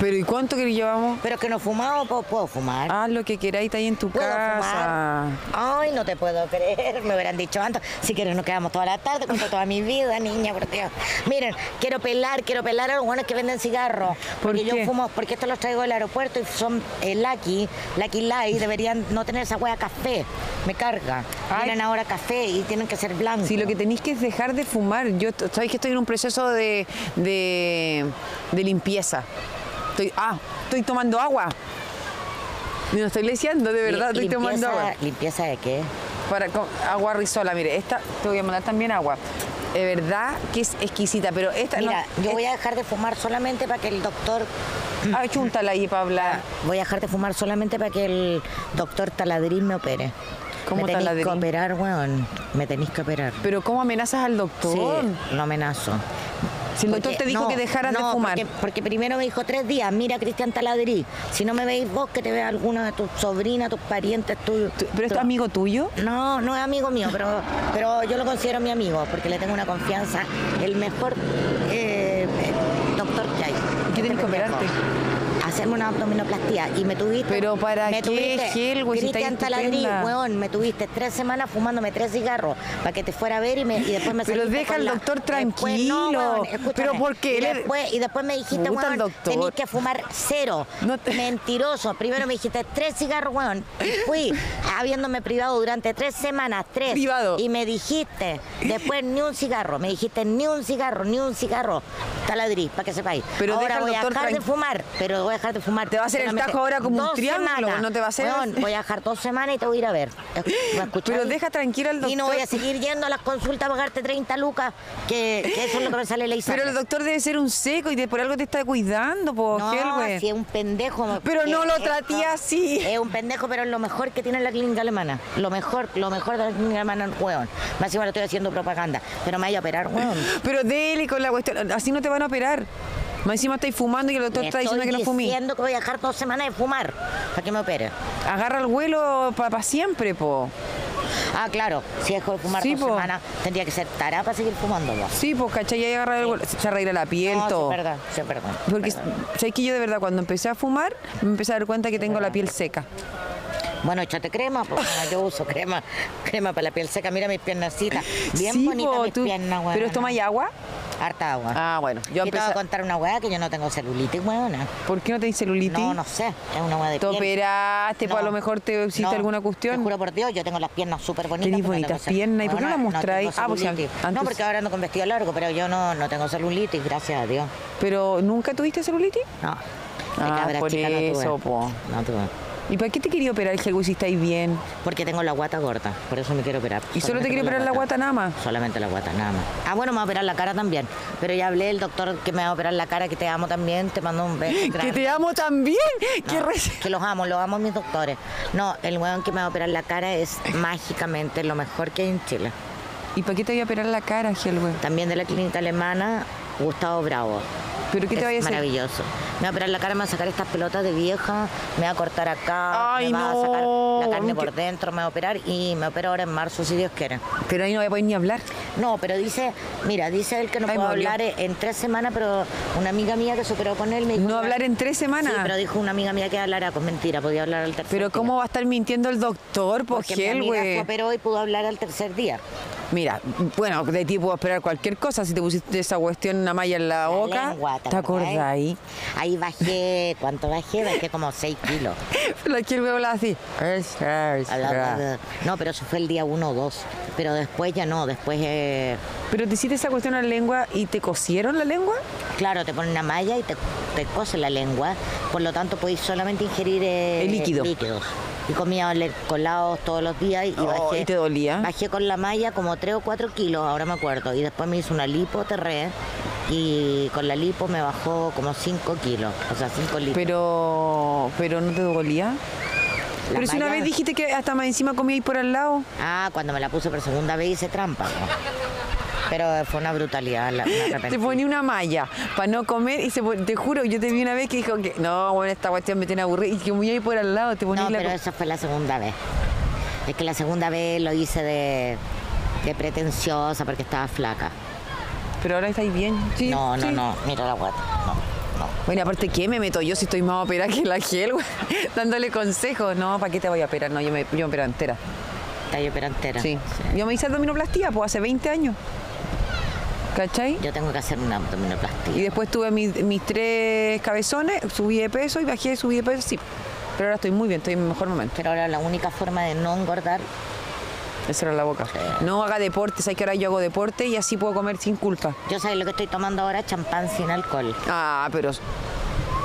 Speaker 1: Pero ¿y cuánto que llevamos?
Speaker 2: Pero que no fumamos, puedo, puedo fumar.
Speaker 1: Haz lo que queráis, está ahí en tu
Speaker 2: ¿Puedo
Speaker 1: casa.
Speaker 2: fumar? Ay, no te puedo creer, me hubieran dicho antes. Si quieres, nos quedamos toda la tarde, con toda mi vida, niña, por Dios. Miren, quiero pelar, quiero pelar a los buenos que venden cigarros.
Speaker 1: ¿Por
Speaker 2: porque
Speaker 1: qué?
Speaker 2: yo fumo, porque estos los traigo del aeropuerto y son eh, Lucky, Lucky Light, deberían no tener esa hueá café. Me carga.
Speaker 1: Ay.
Speaker 2: Tienen ahora café y tienen que ser blancos.
Speaker 1: Si lo que tenéis que es dejar de fumar, yo t- sabéis que estoy en un proceso de, de, de limpieza. Estoy, ah, estoy tomando agua. Y No estoy leyendo, de verdad, estoy
Speaker 2: Limpieza-
Speaker 1: tomando agua.
Speaker 2: ¿Limpieza de qué?
Speaker 1: Para, con agua risola, mire, esta te voy a mandar también agua. De verdad que es exquisita, pero esta
Speaker 2: Mira,
Speaker 1: no.
Speaker 2: yo
Speaker 1: es-
Speaker 2: voy a dejar de fumar solamente para que el doctor
Speaker 1: Ah, chúntala ahí para hablar.
Speaker 2: Voy a dejar de fumar solamente para que el doctor Taladrín me opere.
Speaker 1: ¿Cómo
Speaker 2: me tenéis
Speaker 1: Taladrín?
Speaker 2: que operar, weón. Me tenéis que operar.
Speaker 1: Pero ¿cómo amenazas al doctor?
Speaker 2: Sí, lo amenazo.
Speaker 1: Si el doctor
Speaker 2: Porque-
Speaker 1: te dijo
Speaker 2: no,
Speaker 1: que dejaras
Speaker 2: no,
Speaker 1: de fumar.
Speaker 2: Porque, porque primero me dijo tres días, mira Cristian Taladrí, si no me veis vos, que te vea alguno de tus sobrinas, tus parientes tuyos.
Speaker 1: Tú- ¿Pero es tu
Speaker 2: Pero-
Speaker 1: amigo tuyo?
Speaker 2: No, no es amigo mío, pero, pero yo lo considero mi amigo, porque le tengo una confianza, el mejor eh, eh, doctor que hay.
Speaker 1: ¿Qué tenés que operarte?
Speaker 2: A hacerme una abdominoplastía y me tuviste.
Speaker 1: Pero ¿para
Speaker 2: me
Speaker 1: qué, Gil, güey, si estáis
Speaker 2: Cristian Taladrí,
Speaker 1: estupenda?
Speaker 2: weón, me tuviste tres semanas fumándome tres cigarros para que te fuera a ver y, me, y después me
Speaker 1: Pero
Speaker 2: saliste
Speaker 1: deja
Speaker 2: con
Speaker 1: al
Speaker 2: la-
Speaker 1: doctor
Speaker 2: Después- no,
Speaker 1: tranquilo.
Speaker 2: weón, escúchame.
Speaker 1: Pero ¿por qué?
Speaker 2: Y
Speaker 1: Le-
Speaker 2: después, y después me
Speaker 1: Puta,
Speaker 2: dijiste,
Speaker 1: el
Speaker 2: weón,
Speaker 1: doctor.
Speaker 2: tenés que fumar cero.
Speaker 1: No te-
Speaker 2: Mentiroso. Primero me dijiste tres cigarros, weón. Y Fui habiéndome privado durante tres semanas, tres.
Speaker 1: Privado.
Speaker 2: Y me dijiste, después ni un cigarro. Me dijiste ni un cigarro, ni un cigarro. Taladrí, para que sepáis.
Speaker 1: Pero deja
Speaker 2: ahora
Speaker 1: al
Speaker 2: voy a
Speaker 1: doctor
Speaker 2: dejar de
Speaker 1: tranqui-
Speaker 2: fumar, pero voy a dejar de fumar.
Speaker 1: Te va a hacer el
Speaker 2: solamente
Speaker 1: tajo ahora como un
Speaker 2: dos
Speaker 1: triángulo,
Speaker 2: semanas.
Speaker 1: no te va a hacer-
Speaker 2: Weón, voy a dejar dos semanas y te voy a ir a ver. ¿Me escucháis?
Speaker 1: Pero deja tranquila al
Speaker 2: Y no
Speaker 1: doctor.
Speaker 2: voy a seguir yendo a las consultas a pagarte 30 lucas, que, que eso es lo que me sale la ISAPRE.
Speaker 1: Pero el doctor debe ser un seco y de- por algo te está cuidando, po, Gel,
Speaker 2: No,
Speaker 1: güey.
Speaker 2: si es un pendejo.
Speaker 1: Pero
Speaker 2: que
Speaker 1: no lo
Speaker 2: es-
Speaker 1: traté
Speaker 2: no,
Speaker 1: así.
Speaker 2: Es un pendejo, pero es lo mejor que tiene la clínica alemana. Lo mejor, lo mejor de la clínica alemana, weón. Más encima le estoy haciendo propaganda, pero me vaya a operar, weón.
Speaker 1: Pero dele con la cuestión. Así no te van a operar. Más encima estáis fumando y el doctor
Speaker 2: Le
Speaker 1: está diciendo que no
Speaker 2: Estoy
Speaker 1: fumí.
Speaker 2: diciendo que voy a dejar dos semanas de fumar para que me opere.
Speaker 1: Agarra el vuelo para siempre, po.
Speaker 2: Ah, claro, si dejo de fumar
Speaker 1: Sí,
Speaker 2: dos
Speaker 1: po.
Speaker 2: semanas, tendría que ser tará para seguir fumando, weón.
Speaker 1: Sí, pues, ¿cachai? Y ahí agarra el vuelo. Se arregla la piel,
Speaker 2: No, sí,
Speaker 1: todo.
Speaker 2: perdón, sí, perdón.
Speaker 1: Porque,
Speaker 2: perdón.
Speaker 1: ¿sabes que yo de verdad cuando empecé a fumar, me empecé a dar cuenta que tengo la piel seca?
Speaker 2: Bueno, échate crema, porque yo uso crema, crema para la piel seca. Mira mis piernacitas, bien
Speaker 1: Sí,
Speaker 2: bonitas
Speaker 1: po,
Speaker 2: mis
Speaker 1: tú-
Speaker 2: piernas, weón.
Speaker 1: ¿Pero tomáis agua?
Speaker 2: Harta agua.
Speaker 1: Ah, bueno. Yo
Speaker 2: Yo te voy
Speaker 1: empecé...
Speaker 2: a contar una weá que yo no tengo celulitis, weona.
Speaker 1: ¿Por qué no tenéis celulitis?
Speaker 2: No, no sé, es una weá de
Speaker 1: Te
Speaker 2: piel.
Speaker 1: operaste, pues, a lo mejor te hiciste alguna cuestión.
Speaker 2: Te juro por Dios, yo tengo las piernas súper bonitas.
Speaker 1: Tenís
Speaker 2: pero no tengo
Speaker 1: bonitas
Speaker 2: cel-
Speaker 1: piernas, ¿y por qué no
Speaker 2: Weona,
Speaker 1: las mostráis?
Speaker 2: tengo
Speaker 1: Ah, pues,
Speaker 2: celulitis.
Speaker 1: antes-
Speaker 2: No, porque ahora ando con vestido largo, pero yo no, no tengo celulitis, gracias a Dios.
Speaker 1: ¿Pero nunca tuviste celulitis?
Speaker 2: No. De
Speaker 1: Ah,
Speaker 2: cabra
Speaker 1: por
Speaker 2: chica no tuve.
Speaker 1: eso, po.
Speaker 2: No tuve.
Speaker 1: ¿Y para qué te quería operar, Helgu, si estáis bien?
Speaker 2: Porque tengo la guata gorda, por eso me quiero operar.
Speaker 1: ¿Y solo te
Speaker 2: Solamente
Speaker 1: quiere
Speaker 2: por
Speaker 1: operar la guata nada más?
Speaker 2: Solamente la guata, nada más. Ah, bueno, me va a operar la cara también. Pero ya hablé, el doctor que me va a operar la cara, que te amo también, te mando un beso.
Speaker 1: Que
Speaker 2: grande.
Speaker 1: te amo también. Que
Speaker 2: No,
Speaker 1: re-
Speaker 2: que los amo, los amo a mis doctores. No, el weón que me va a operar la cara es mágicamente lo mejor que hay en Chile.
Speaker 1: ¿Y para qué te voy a operar la cara, Helgu?
Speaker 2: También de la clínica alemana, Gustavo Bravo.
Speaker 1: ¿Pero qué te
Speaker 2: Es
Speaker 1: vaya a hacer?
Speaker 2: Maravilloso. Me va a operar la cara, me va a sacar estas pelotas de vieja, me va a cortar acá,
Speaker 1: Ay,
Speaker 2: me va
Speaker 1: no.
Speaker 2: a sacar la carne
Speaker 1: Que-
Speaker 2: por dentro, me va a operar y me opera ahora en marzo, si Dios quiere.
Speaker 1: Pero ahí no voy a poder ni hablar.
Speaker 2: No, pero dice, mira, dice él que no
Speaker 1: Ay,
Speaker 2: puedo
Speaker 1: me dolió.
Speaker 2: hablar en tres semanas, pero una amiga mía que se operó con él me dijo...
Speaker 1: ¿No
Speaker 2: una-
Speaker 1: hablar en tres semanas?
Speaker 2: Sí, pero dijo una amiga mía que hablara, pues mentira, podía hablar al tercer
Speaker 1: Pero
Speaker 2: día.
Speaker 1: ¿cómo va a estar mintiendo el doctor, po,
Speaker 2: Porque mi
Speaker 1: Helgu?
Speaker 2: amiga se operó y pudo hablar al tercer día.
Speaker 1: Mira, bueno, de ti puedo esperar cualquier cosa. Si te pusiste esa cuestión, una malla en la
Speaker 2: La
Speaker 1: boca,
Speaker 2: lengua,
Speaker 1: ¿te acordás ahí?
Speaker 2: Ahí bajé, ¿cuánto bajé? Bajé como 6 kilos.
Speaker 1: La quiero ver hablar así. Es, es, ra.
Speaker 2: No, pero eso fue el día 1 o 2. Pero después ya no, después, eh,
Speaker 1: Pero te hiciste esa cuestión en la lengua y te cosieron la lengua.
Speaker 2: claro, te ponen una malla y te, te cose la lengua. Por lo tanto, podéis solamente ingerir eh,
Speaker 1: El líquido.
Speaker 2: líquidos. Y comía le- colados todos los días y, y
Speaker 1: Oh,
Speaker 2: bajé.
Speaker 1: ¿y te dolía?
Speaker 2: Bajé con la malla como 3 o 4 kilos, ahora me acuerdo. Y después me hizo una lipo, terré. Y con la lipo me bajó como 5 kilos, o sea, 5 litros.
Speaker 1: Pero, pero no te dolía.
Speaker 2: La
Speaker 1: pero si una
Speaker 2: malla-
Speaker 1: vez dijiste que hasta más encima comíais por al lado.
Speaker 2: Ah, cuando me la puse por segunda vez hice trampa. ¿no? Pero fue una brutalidad. La, me arrepentí.
Speaker 1: Te ponía una malla para no comer y se pon- te juro, yo te vi una vez que dijo que no, bueno, esta cuestión me tiene aburrida y que muy ahí por al lado te ponía
Speaker 2: No,
Speaker 1: la
Speaker 2: pero
Speaker 1: co-
Speaker 2: esa fue la segunda vez. Es que la segunda vez lo hice de, de pretenciosa porque estaba flaca.
Speaker 1: Pero ahora estáis bien. Sí,
Speaker 2: no, no,
Speaker 1: sí.
Speaker 2: no, mira la guata. No, no.
Speaker 1: Bueno, aparte, ¿qué me meto yo si estoy más operada que la gel, güey? Dándole consejos. No, ¿para qué te voy a operar? No, yo me, yo me opero entera.
Speaker 2: Está yo perantera.
Speaker 1: Sí. Yo me hice abdominoplastía, pues, hace 20 años. ¿Cachai?
Speaker 2: Yo tengo que hacer una abdominoplastia.
Speaker 1: Y después tuve mis, mis tres cabezones, subí de peso y bajé, subí de peso, sí. Pero ahora estoy muy bien, estoy en mi mejor momento.
Speaker 2: Pero ahora la única forma de no engordar,
Speaker 1: Esa era la boca. No haga deporte, sabes que ahora yo hago deporte y así puedo comer sin culpa.
Speaker 2: yo sabes lo que estoy tomando ahora, champán sin alcohol.
Speaker 1: Ah, pero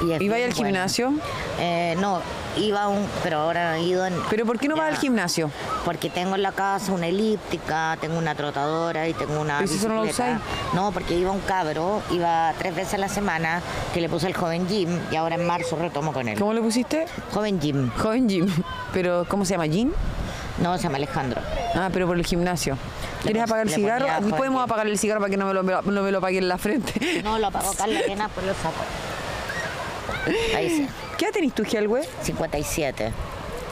Speaker 2: Y, es
Speaker 1: ¿Y vaya
Speaker 2: bien
Speaker 1: al gimnasio?
Speaker 2: Eh, no, iba a un, pero ahora he ido en...
Speaker 1: pero ¿por qué no vas
Speaker 2: Ya.
Speaker 1: al gimnasio?
Speaker 2: Porque tengo en la casa una elíptica, tengo una trotadora y tengo una
Speaker 1: ¿Pero si eso no lo
Speaker 2: bicicleta. No, porque iba un cabro, iba tres veces a la semana, que le puse el joven Jim y ahora en marzo retomo con él.
Speaker 1: ¿Cómo le pusiste?
Speaker 2: Joven Jim.
Speaker 1: Joven Jim. Pero ¿cómo se llama? ¿Jim?
Speaker 2: No, se llama Alejandro.
Speaker 1: Ah, pero por el gimnasio. ¿Quieres
Speaker 2: pon-
Speaker 1: apagar el
Speaker 2: le
Speaker 1: cigarro?
Speaker 2: ponía
Speaker 1: Podemos
Speaker 2: joven Jim.
Speaker 1: apagar el cigarro para que no me lo, no me lo apague en la frente.
Speaker 2: No, lo apagó Carla Arena por los sacos. Ahí sí,
Speaker 1: ¿Qué edad tenés tú, Gel, güey?
Speaker 2: 57.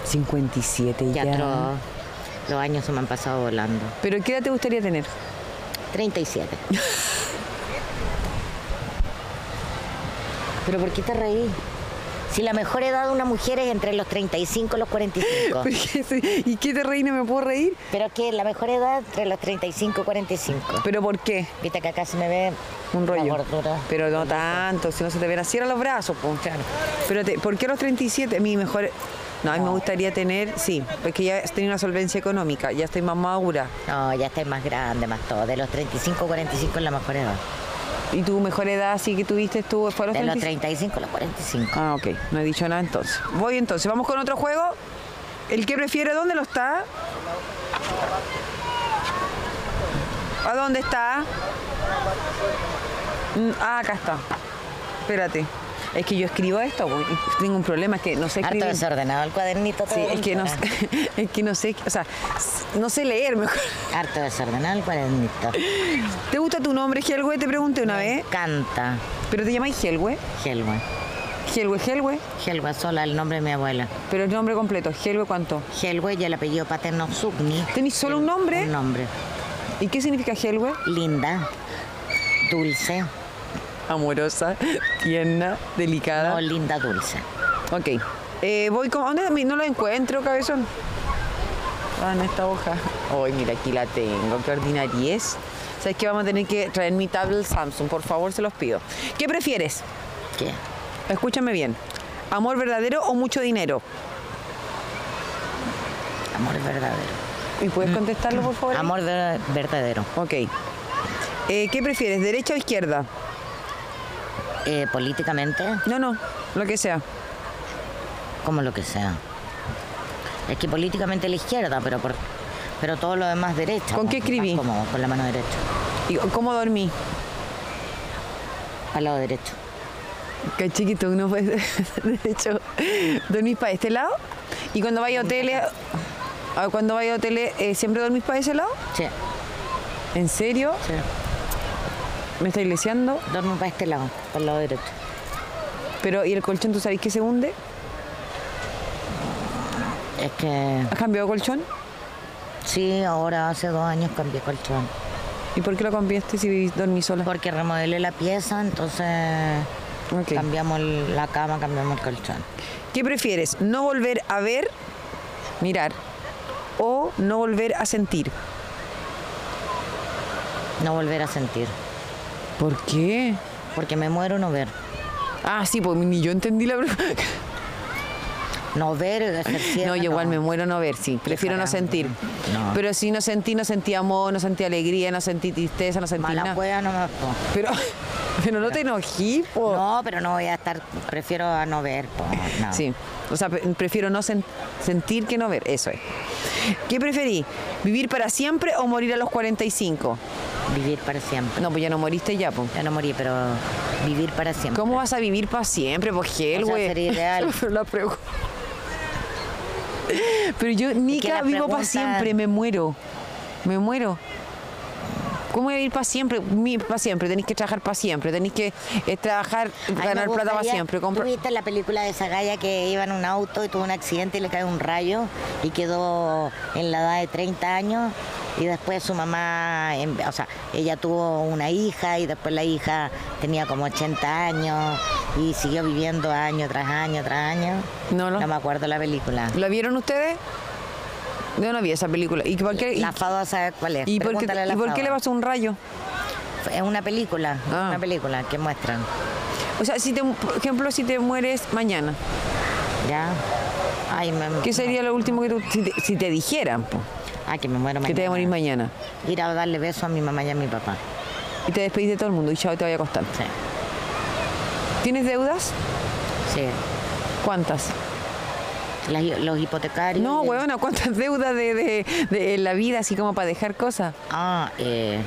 Speaker 1: 57
Speaker 2: Ya
Speaker 1: ya.
Speaker 2: atroz. Los años se me han pasado volando.
Speaker 1: ¿Pero qué edad te gustaría tener?
Speaker 2: 37. ¿Pero por qué te reí? Si la mejor edad de una mujer es entre los 35 y los 45.
Speaker 1: Porque sí, ¿Y qué te reí? ¿No me puedo reír?
Speaker 2: Pero que la mejor edad entre los 35 y 45.
Speaker 1: ¿Pero por qué?
Speaker 2: Viste que acá se me ve
Speaker 1: Un rollo.
Speaker 2: la gordura.
Speaker 1: Pero no tanto, si no se te ven así a los brazos, pues. Pero te- ¿por qué a los 37? Mi mejor. No, a mí me gustaría tener, sí, porque ya tenía una solvencia económica, ya estoy más madura.
Speaker 2: No, ya estoy más grande, más todo. De los 35 45 es la mejor edad.
Speaker 1: ¿Y tu mejor edad así que tuviste tú fue a los
Speaker 2: De los
Speaker 1: 37?
Speaker 2: 35 a los 45.
Speaker 1: Ah, ok, no he dicho nada entonces. Voy entonces, vamos con otro juego. ¿El que prefiere dónde lo está? ¿A dónde está? Mm, Ah, acá está. Espérate. Es que yo escribo esto, po, y tengo un problema, es que no sé
Speaker 2: Harto
Speaker 1: escribir.
Speaker 2: desordenado el cuadernito.
Speaker 1: Sí,
Speaker 2: todo
Speaker 1: es que no,
Speaker 2: junto,
Speaker 1: es que no sé, o sea, no sé leer mejor.
Speaker 2: ¿no? Harto desordenado el cuadernito.
Speaker 1: ¿Te gusta tu nombre, Helwe? Te pregunté una
Speaker 2: Me
Speaker 1: vez.
Speaker 2: encanta
Speaker 1: ¿Pero te llamáis Helwe?
Speaker 2: Helwa.
Speaker 1: Helwe, Helwe.
Speaker 2: Helwa sola, el nombre de mi abuela.
Speaker 1: Pero el nombre completo, Helwe, ¿cuánto?
Speaker 2: Helwa y el apellido paterno Sugni.
Speaker 1: ¿Tenís solo un nombre?
Speaker 2: Un nombre.
Speaker 1: ¿Y qué significa Helwe?
Speaker 2: Linda, dulce.
Speaker 1: amorosa, tierna,
Speaker 2: No,
Speaker 1: delicada.
Speaker 2: linda, dulce.
Speaker 1: ok. Eh, voy con. ¿Dónde mi- no la encuentro, cabezón? Ah, en esta hoja. Ay, mira, aquí la tengo. Qué ordinaria es. ¿Sabes que Vamos a tener que traer mi tablet Samsung. Por favor, se los pido. ¿Qué prefieres?
Speaker 2: ¿Qué?
Speaker 1: Escúchame bien. ¿Amor verdadero o mucho dinero?
Speaker 2: Amor verdadero.
Speaker 1: ¿Y puedes contestarlo, por favor?
Speaker 2: Amor ver- verdadero.
Speaker 1: Ok. Eh, ¿Qué prefieres, derecha o izquierda?
Speaker 2: Eh, políticamente,
Speaker 1: No, no, lo que sea.
Speaker 2: como lo que sea. Es que políticamente la izquierda, pero por, pero todo lo demás derecha.
Speaker 1: ¿Con
Speaker 2: po,
Speaker 1: qué escribí?
Speaker 2: más cómodo, con la mano derecha.
Speaker 1: ¿Y cómo dormí?
Speaker 2: Al lado derecho.
Speaker 1: Qué chiquito uno puede de hecho dormís para este lado y cuando vaya a hoteles ah, cuando vaya a hoteles eh, siempre dormís para ese lado
Speaker 2: Sí,
Speaker 1: en serio
Speaker 2: sí.
Speaker 1: me estáis leseando
Speaker 2: Duermo para este lado, para el lado derecho.
Speaker 1: pero y el colchón tú sabés que se hunde
Speaker 2: Es que
Speaker 1: has cambiado colchón
Speaker 2: sí, ahora hace dos años cambié colchón.
Speaker 1: y por qué lo cambiaste si vivís- dormís sola
Speaker 2: Porque remodelé la pieza, entonces
Speaker 1: Ok.
Speaker 2: cambiamos el- la cama, cambiamos el colchón.
Speaker 1: qué prefieres no volver a ver mirar o no volver a sentir
Speaker 2: No volver a sentir.
Speaker 1: por qué
Speaker 2: Porque me muero no ver.
Speaker 1: ah sí pues ni yo entendí la pregunta
Speaker 2: No ver, hacer ciega,
Speaker 1: No, yo igual me muero no ver, sí. Prefiero no
Speaker 2: Ojalá,
Speaker 1: sentir.
Speaker 2: no.
Speaker 1: Pero si no sentí, no sentí amor, no sentí alegría, no sentí tristeza, no sentí
Speaker 2: Mala
Speaker 1: nada.
Speaker 2: cueva no me po.
Speaker 1: Pero, pero no te enojí, po.
Speaker 2: No, pero no voy a estar, prefiero a no ver. po, no.
Speaker 1: Sí. O sea, pre- prefiero no sen- sentir que no ver. Eso es. ¿Qué preferí? ¿Vivir para siempre o morir a los 45?
Speaker 2: Vivir para siempre.
Speaker 1: No, pues ya no moriste ya, po.
Speaker 2: Ya no morí, pero vivir para siempre.
Speaker 1: ¿Cómo vas a vivir para siempre, po, Gel,
Speaker 2: O sea,
Speaker 1: güey?
Speaker 2: sería ideal.
Speaker 1: Pero la pregunta. Pero yo, Nica,
Speaker 2: la
Speaker 1: vivo para
Speaker 2: pregunta-
Speaker 1: siempre, me muero. Me muero. ¿Cómo voy a vivir para siempre? Para siempre, tenéis que trabajar para siempre, tenéis que eh, trabajar,
Speaker 2: A mí me
Speaker 1: ganar plata para
Speaker 2: gustaría-
Speaker 1: siempre.
Speaker 2: ¿Tú
Speaker 1: comprar-
Speaker 2: viste la película de esa galla que iba en un auto y tuvo un accidente y le cae un rayo y quedó en la edad de 30 años? Y después su mamá, en- o sea, ella tuvo una hija y después la hija tenía como 80 años y siguió viviendo año tras año tras año.
Speaker 1: No, no.
Speaker 2: No me acuerdo la película.
Speaker 1: ¿La vieron ustedes? Yo no vi esa película. ¿Y por qué, y-
Speaker 2: La Fado sabe cuál es.
Speaker 1: y por qué,
Speaker 2: Pregúntale a la
Speaker 1: y por qué le
Speaker 2: Fado.
Speaker 1: pasó un rayo?
Speaker 2: Es una película,
Speaker 1: Ah.
Speaker 2: una película que muestran.
Speaker 1: O sea, si te, por ejemplo, si te mueres mañana,
Speaker 2: ¿Ya? Ay, me,
Speaker 1: ¿qué sería lo último que tú, si te, si te dijeran, po,
Speaker 2: Ah, que me muero mañana.
Speaker 1: que te voy a morir mañana?
Speaker 2: Ir a darle beso a mi mamá y a mi papá.
Speaker 1: Y te despedís de todo el mundo y chao, te voy a costar.
Speaker 2: Sí.
Speaker 1: ¿Tienes deudas?
Speaker 2: Sí.
Speaker 1: ¿Cuántas?
Speaker 2: Las hi- los hipotecarios.
Speaker 1: No,
Speaker 2: y-
Speaker 1: huevona, ¿cuántas deudas de, de- de la vida así como para dejar cosas?
Speaker 2: Ah, eh,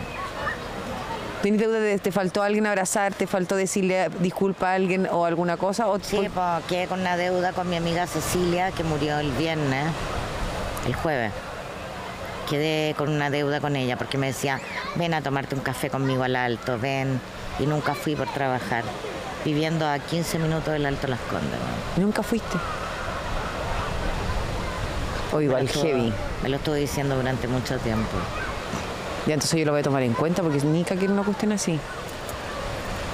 Speaker 1: ¿Tienes deudas de te faltó alguien abrazar, te faltó decirle disculpa a alguien o alguna cosa? O,
Speaker 2: sí,
Speaker 1: por-
Speaker 2: pues quedé con una deuda con mi amiga Cecilia que murió el viernes, el jueves. Quedé con una deuda con ella porque me decía, ven a tomarte un café conmigo al alto, ven. Y nunca fui por trabajar, viviendo a 15 minutos del Alto Las Condes. weón.
Speaker 1: Nunca fuiste. O
Speaker 2: Me lo
Speaker 1: igual
Speaker 2: estuvo-
Speaker 1: heavy.
Speaker 2: Me lo estuve diciendo durante mucho tiempo.
Speaker 1: Ya entonces yo lo voy a tomar en cuenta porque ni que era una cuestión así.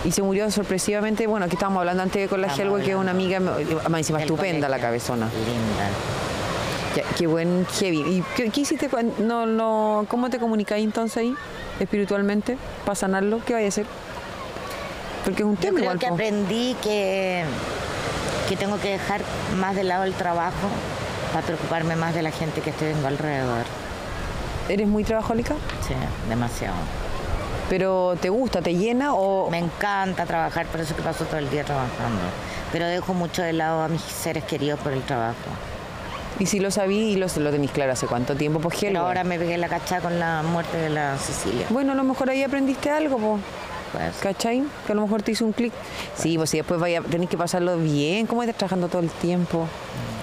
Speaker 1: y se murió sorpresivamente. Bueno, aquí estábamos hablando antes con la
Speaker 2: Estábamos
Speaker 1: Helwe, que es una amiga, más encima
Speaker 2: del
Speaker 1: estupenda la
Speaker 2: colegio.
Speaker 1: cabezona.
Speaker 2: Linda.
Speaker 1: Ya, qué buen heavy. ¿Y qué, qué hiciste cuando no, no, cómo te comunicáis entonces ahí espiritualmente para sanarlo? ¿Qué vais a hacer? Porque es un
Speaker 2: Yo
Speaker 1: tema
Speaker 2: creo
Speaker 1: igual.
Speaker 2: que
Speaker 1: po.
Speaker 2: aprendí que, que tengo que dejar más de lado el trabajo para preocuparme más de la gente que tengo alrededor.
Speaker 1: ¿Eres muy trabajólica?
Speaker 2: Sí, demasiado.
Speaker 1: ¿Pero te gusta, te llena o
Speaker 2: Me encanta trabajar, por eso que paso todo el día trabajando. Pero dejo mucho de lado a mis seres queridos por el trabajo.
Speaker 1: y si lo sabí y lo, lo tenéis claro hace cuánto tiempo? Pues
Speaker 2: Pero
Speaker 1: Helwe.
Speaker 2: ahora me pegué la cachada con la muerte de la Cecilia.
Speaker 1: Bueno, a lo mejor ahí aprendiste algo, po,
Speaker 2: Pues,
Speaker 1: ¿cachai? Que a lo mejor te hizo un clic. Sí, pues si después vaya, tenés que pasarlo bien, ¿cómo estás trabajando todo el tiempo?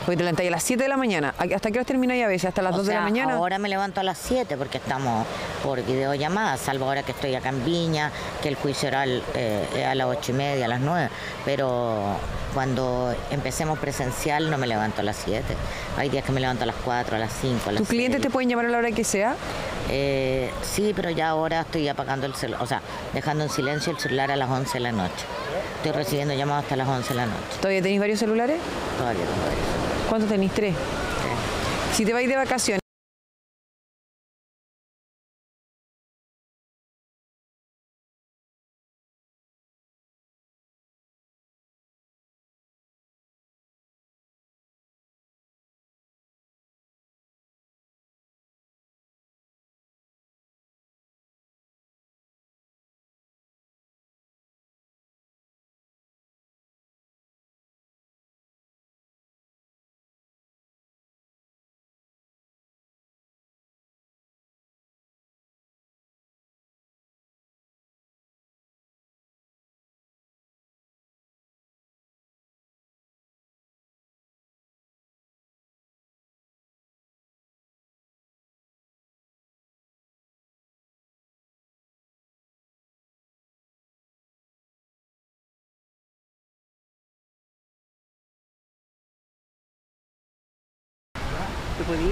Speaker 1: Hoy te levantáis a las 7 de la mañana. ¿A- ¿Hasta qué hora termináis a veces? ¿Hasta las
Speaker 2: o
Speaker 1: 2 de la
Speaker 2: sea,
Speaker 1: mañana?
Speaker 2: Ahora me levanto a las 7 porque estamos por videollamada, salvo ahora que estoy acá en Viña, que el juicio oral eh, es a las 8 y media, a las 9. Pero cuando empecemos presencial no me levanto a las 7. Hay días que me levanto a las 4, a las 5, a las
Speaker 1: ¿Tus clientes te
Speaker 2: seis.
Speaker 1: pueden llamar a la hora que sea?
Speaker 2: Eh, sí, pero ya ahora estoy apagando el celular, o sea, dejando en silencio el celular a las 11 de la noche. Estoy recibiendo llamadas hasta las 11 de la noche.
Speaker 1: ¿Todavía tenéis varios celulares?
Speaker 2: Todavía tengo eso.
Speaker 1: ¿Cuántos tenéis? Tres.
Speaker 2: Sí.
Speaker 1: Si te vais de vacaciones,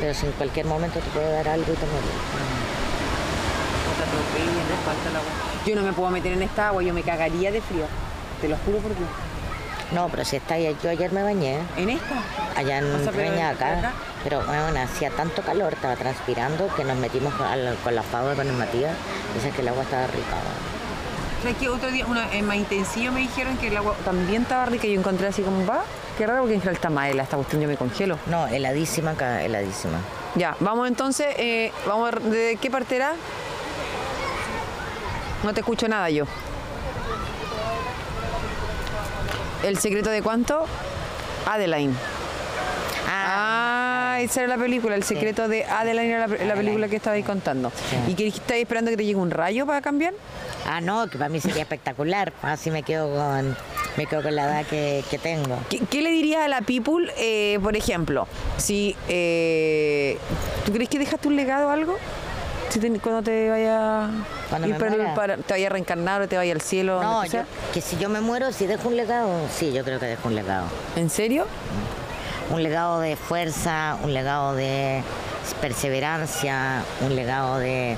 Speaker 2: Pero si en cualquier momento te puede dar algo y te mueres.
Speaker 1: yo no me puedo meter en esta agua, yo me cagaría de frío. Te lo juro por Dios.
Speaker 2: No, pero si está ahí, yo ayer me bañé.
Speaker 1: ¿En esta?
Speaker 2: allá en
Speaker 1: O sea, pero en Reñaca.
Speaker 2: Reñaca, pero bueno, hacía tanto calor, estaba transpirando que nos metimos con, al- con la pava con el Matías, dice que el agua estaba rica. bueno.
Speaker 1: ¿Sabes que otro día, una, en más intensivo, me dijeron que el agua también estaba rica y yo encontré así como, va, qué raro porque en general está mal, esta cuestión yo me congelo.
Speaker 2: No, heladísima acá, heladísima.
Speaker 1: Ya, vamos entonces, eh, vamos a ver, ¿de qué parte era? No te escucho nada yo. ¿El secreto de cuánto? Adeline.
Speaker 2: Ah,
Speaker 1: Ah, esa era la película, el secreto de Adeline era la, la película que estabais contando. ¿Y que estáis esperando que te llegue un rayo para cambiar?
Speaker 2: ah, no, que para mí sería espectacular, así me quedo con, me quedo con la edad que, que tengo.
Speaker 1: ¿Qué, qué le dirías a la people, eh, por ejemplo, si eh, tú crees que dejaste un legado o algo? Si te- cuando te vaya
Speaker 2: Cuando
Speaker 1: ir
Speaker 2: me
Speaker 1: para el-
Speaker 2: muera.
Speaker 1: para- te vaya a reencarnar o te vaya al cielo,
Speaker 2: No,
Speaker 1: donde tú
Speaker 2: yo,
Speaker 1: seas.
Speaker 2: que si yo me muero, si dejo un legado, sí, yo creo que dejo un legado.
Speaker 1: ¿en serio?
Speaker 2: un legado de fuerza, un legado de perseverancia, un legado de,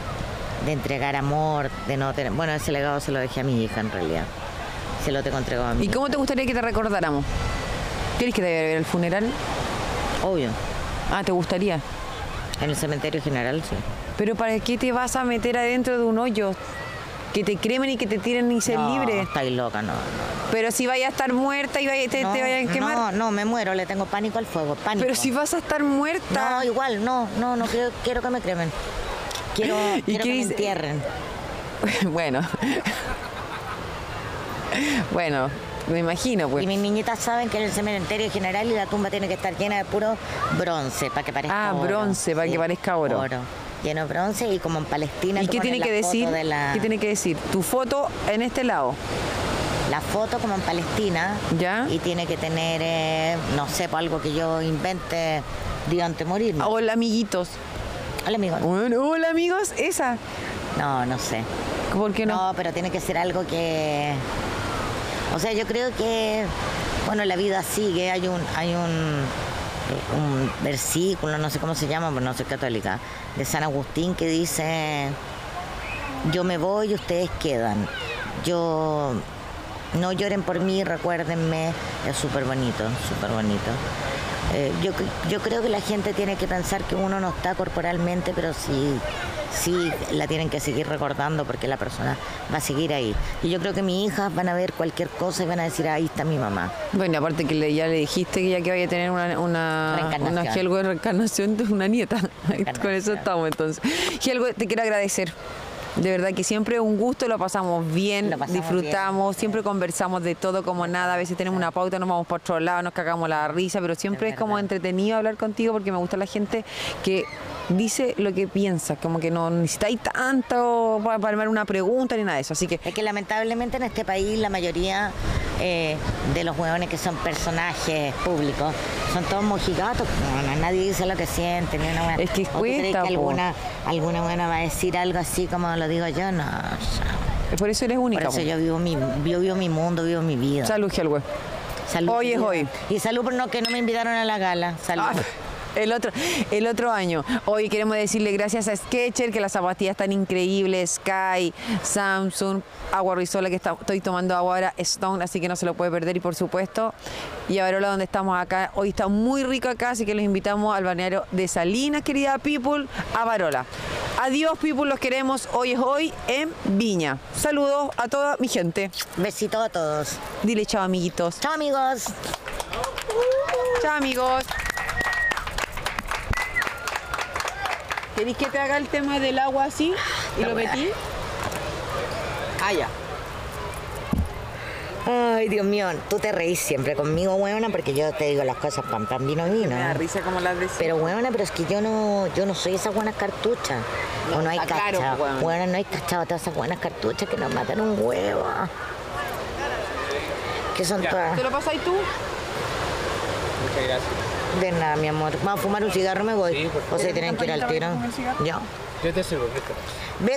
Speaker 2: de entregar amor, de no tener... Bueno, ese legado se lo dejé a mi hija en realidad. Se lo tengo entregado a mi
Speaker 1: ¿Y cómo te gustaría que te recordáramos? ¿Quieres que te vaya a ver el funeral?
Speaker 2: hija. Obvio.
Speaker 1: Ah, te gustaría.
Speaker 2: En el cementerio general, sí.
Speaker 1: Pero ¿para qué te vas a meter adentro de un hoyo? Que te cremen y que te tiren y ser
Speaker 2: No,
Speaker 1: libre.
Speaker 2: Estáis loca, no. no.
Speaker 1: Pero si vaya a estar muerta y vaya- te,
Speaker 2: no,
Speaker 1: te vayan a quemar.
Speaker 2: No, no, me muero, le tengo pánico al fuego, pánico.
Speaker 1: Pero si vas a estar muerta.
Speaker 2: No, igual, no, no, no quiero, quiero que me cremen. Quiero,
Speaker 1: ¿Y
Speaker 2: quiero
Speaker 1: qué
Speaker 2: que me
Speaker 1: dice?
Speaker 2: entierren.
Speaker 1: bueno. bueno, me imagino, pues.
Speaker 2: Y mis niñitas saben que en el cementerio general y la tumba tiene que estar llena de puro bronce, para que parezca
Speaker 1: Ah,
Speaker 2: oro.
Speaker 1: bronce, para que parezca oro.
Speaker 2: Lleno de bronce y como en Palestina.
Speaker 1: ¿Y
Speaker 2: tú
Speaker 1: qué
Speaker 2: pones
Speaker 1: tiene
Speaker 2: la
Speaker 1: que
Speaker 2: foto
Speaker 1: decir?
Speaker 2: de la,
Speaker 1: ¿Qué tiene que decir? Tu foto en este lado.
Speaker 2: la foto como en Palestina.
Speaker 1: ¿Ya?
Speaker 2: Y tiene que tener, eh, no sé, pues, algo que yo invente digo antes de morirme.
Speaker 1: Hola, amiguitos.
Speaker 2: Hola, amigo.
Speaker 1: Bueno, hola, amigos. Esa.
Speaker 2: No, no sé.
Speaker 1: ¿Por qué no?
Speaker 2: No, pero tiene que ser algo que. O sea, yo creo que, bueno, la vida sigue, hay un, hay un, eh, un versículo, no sé cómo se llama, pero no soy católica, de San Agustín que dice, yo me voy y ustedes quedan. Yo No lloren por mí, recuérdenme. Es súper bonito, súper bonito. Eh, yo, yo creo que la gente tiene que pensar que uno no está corporalmente, pero sí, sí la tienen que seguir recordando porque la persona va a seguir ahí. Y yo creo que mis hijas van a ver cualquier cosa y van a decir, ahí está mi mamá.
Speaker 1: Bueno, aparte que le- ya le dijiste que ya que vaya a tener una, una,
Speaker 2: Reencarnación.
Speaker 1: una gelgo de reencarnación de una nieta. Con eso
Speaker 2: Reencarnación.
Speaker 1: estamos entonces. Gelgo, te quiero agradecer. De verdad que siempre un gusto, lo pasamos bien,
Speaker 2: Lo pasamos
Speaker 1: disfrutamos,
Speaker 2: bien, sí.
Speaker 1: siempre conversamos de todo como nada, a veces tenemos una pauta, nos vamos por otro lado, nos cagamos la risa, pero siempre es,
Speaker 2: Es
Speaker 1: como
Speaker 2: verdad.
Speaker 1: entretenido hablar contigo porque me gusta la gente que dice lo que piensa, como que no necesitáis tanto para, para armar una pregunta ni nada de eso, así que
Speaker 2: Es que lamentablemente en este país la mayoría eh, de los hueones que son personajes públicos son todos mojigatos. No, no, nadie dice lo que siente. Ni una hueá.
Speaker 1: Es que
Speaker 2: ¿O tú crees
Speaker 1: cuesta, po.
Speaker 2: que alguna, alguna hueona va a decir algo así como lo digo yo? No. ya.
Speaker 1: eh, por eso eres
Speaker 2: Por
Speaker 1: única.
Speaker 2: eso yo vivo, mi, yo vivo mi mundo, vivo mi vida.
Speaker 1: Salud, Gelwe.
Speaker 2: Salud,
Speaker 1: Hoy es
Speaker 2: vida.
Speaker 1: hoy.
Speaker 2: Y salud por no que no me invitaron a la gala. Salud.
Speaker 1: Ah, el otro, el otro año. Hoy queremos decirle gracias a Sketcher, que las zapatillas están increíbles, Sky, Samsung, Agua Rizola, que está- estoy tomando agua ahora, Stone, así que no se lo puede perder. Y por supuesto, y Avarola, donde estamos acá. Hoy está muy rico acá, así que los invitamos al balneario de Salinas, querida People, Avarola. Adiós, People, los queremos. Hoy es hoy en Viña. Saludos a toda mi gente.
Speaker 2: Besitos a todos.
Speaker 1: Dile chao, amiguitos.
Speaker 2: Chao, amigos.
Speaker 1: Chao amigos. ¿Querés que te haga el tema del agua así? ¿Y lo metí? Ah, ya.
Speaker 2: Ay, Dios mío, tú te reís siempre conmigo, hueona, porque yo te digo las cosas pan, pan, vino, vino.
Speaker 1: Me da risa como las decía.
Speaker 2: Pero huevona, pero es que yo no, yo no soy esas buenas cartuchas.
Speaker 1: No,
Speaker 2: o no hay
Speaker 1: está claro,
Speaker 2: cachado.
Speaker 1: huevona.
Speaker 2: Huevona, no hay cachado todas esas buenas cartuchas que nos matan un huevo. Que son todas.
Speaker 1: ¿Te lo pasáis tú?
Speaker 3: Muchas gracias.
Speaker 2: De nada, mi amor. Vamos a fumar un cigarro, me voy.
Speaker 3: Sí, por
Speaker 2: o se
Speaker 1: ¿Tienes
Speaker 2: tienen que ir al
Speaker 1: campañita
Speaker 2: tiro.
Speaker 1: para fumar un cigarro?
Speaker 2: Ya.
Speaker 3: Yo te sirvo, Víctor.
Speaker 2: Ve-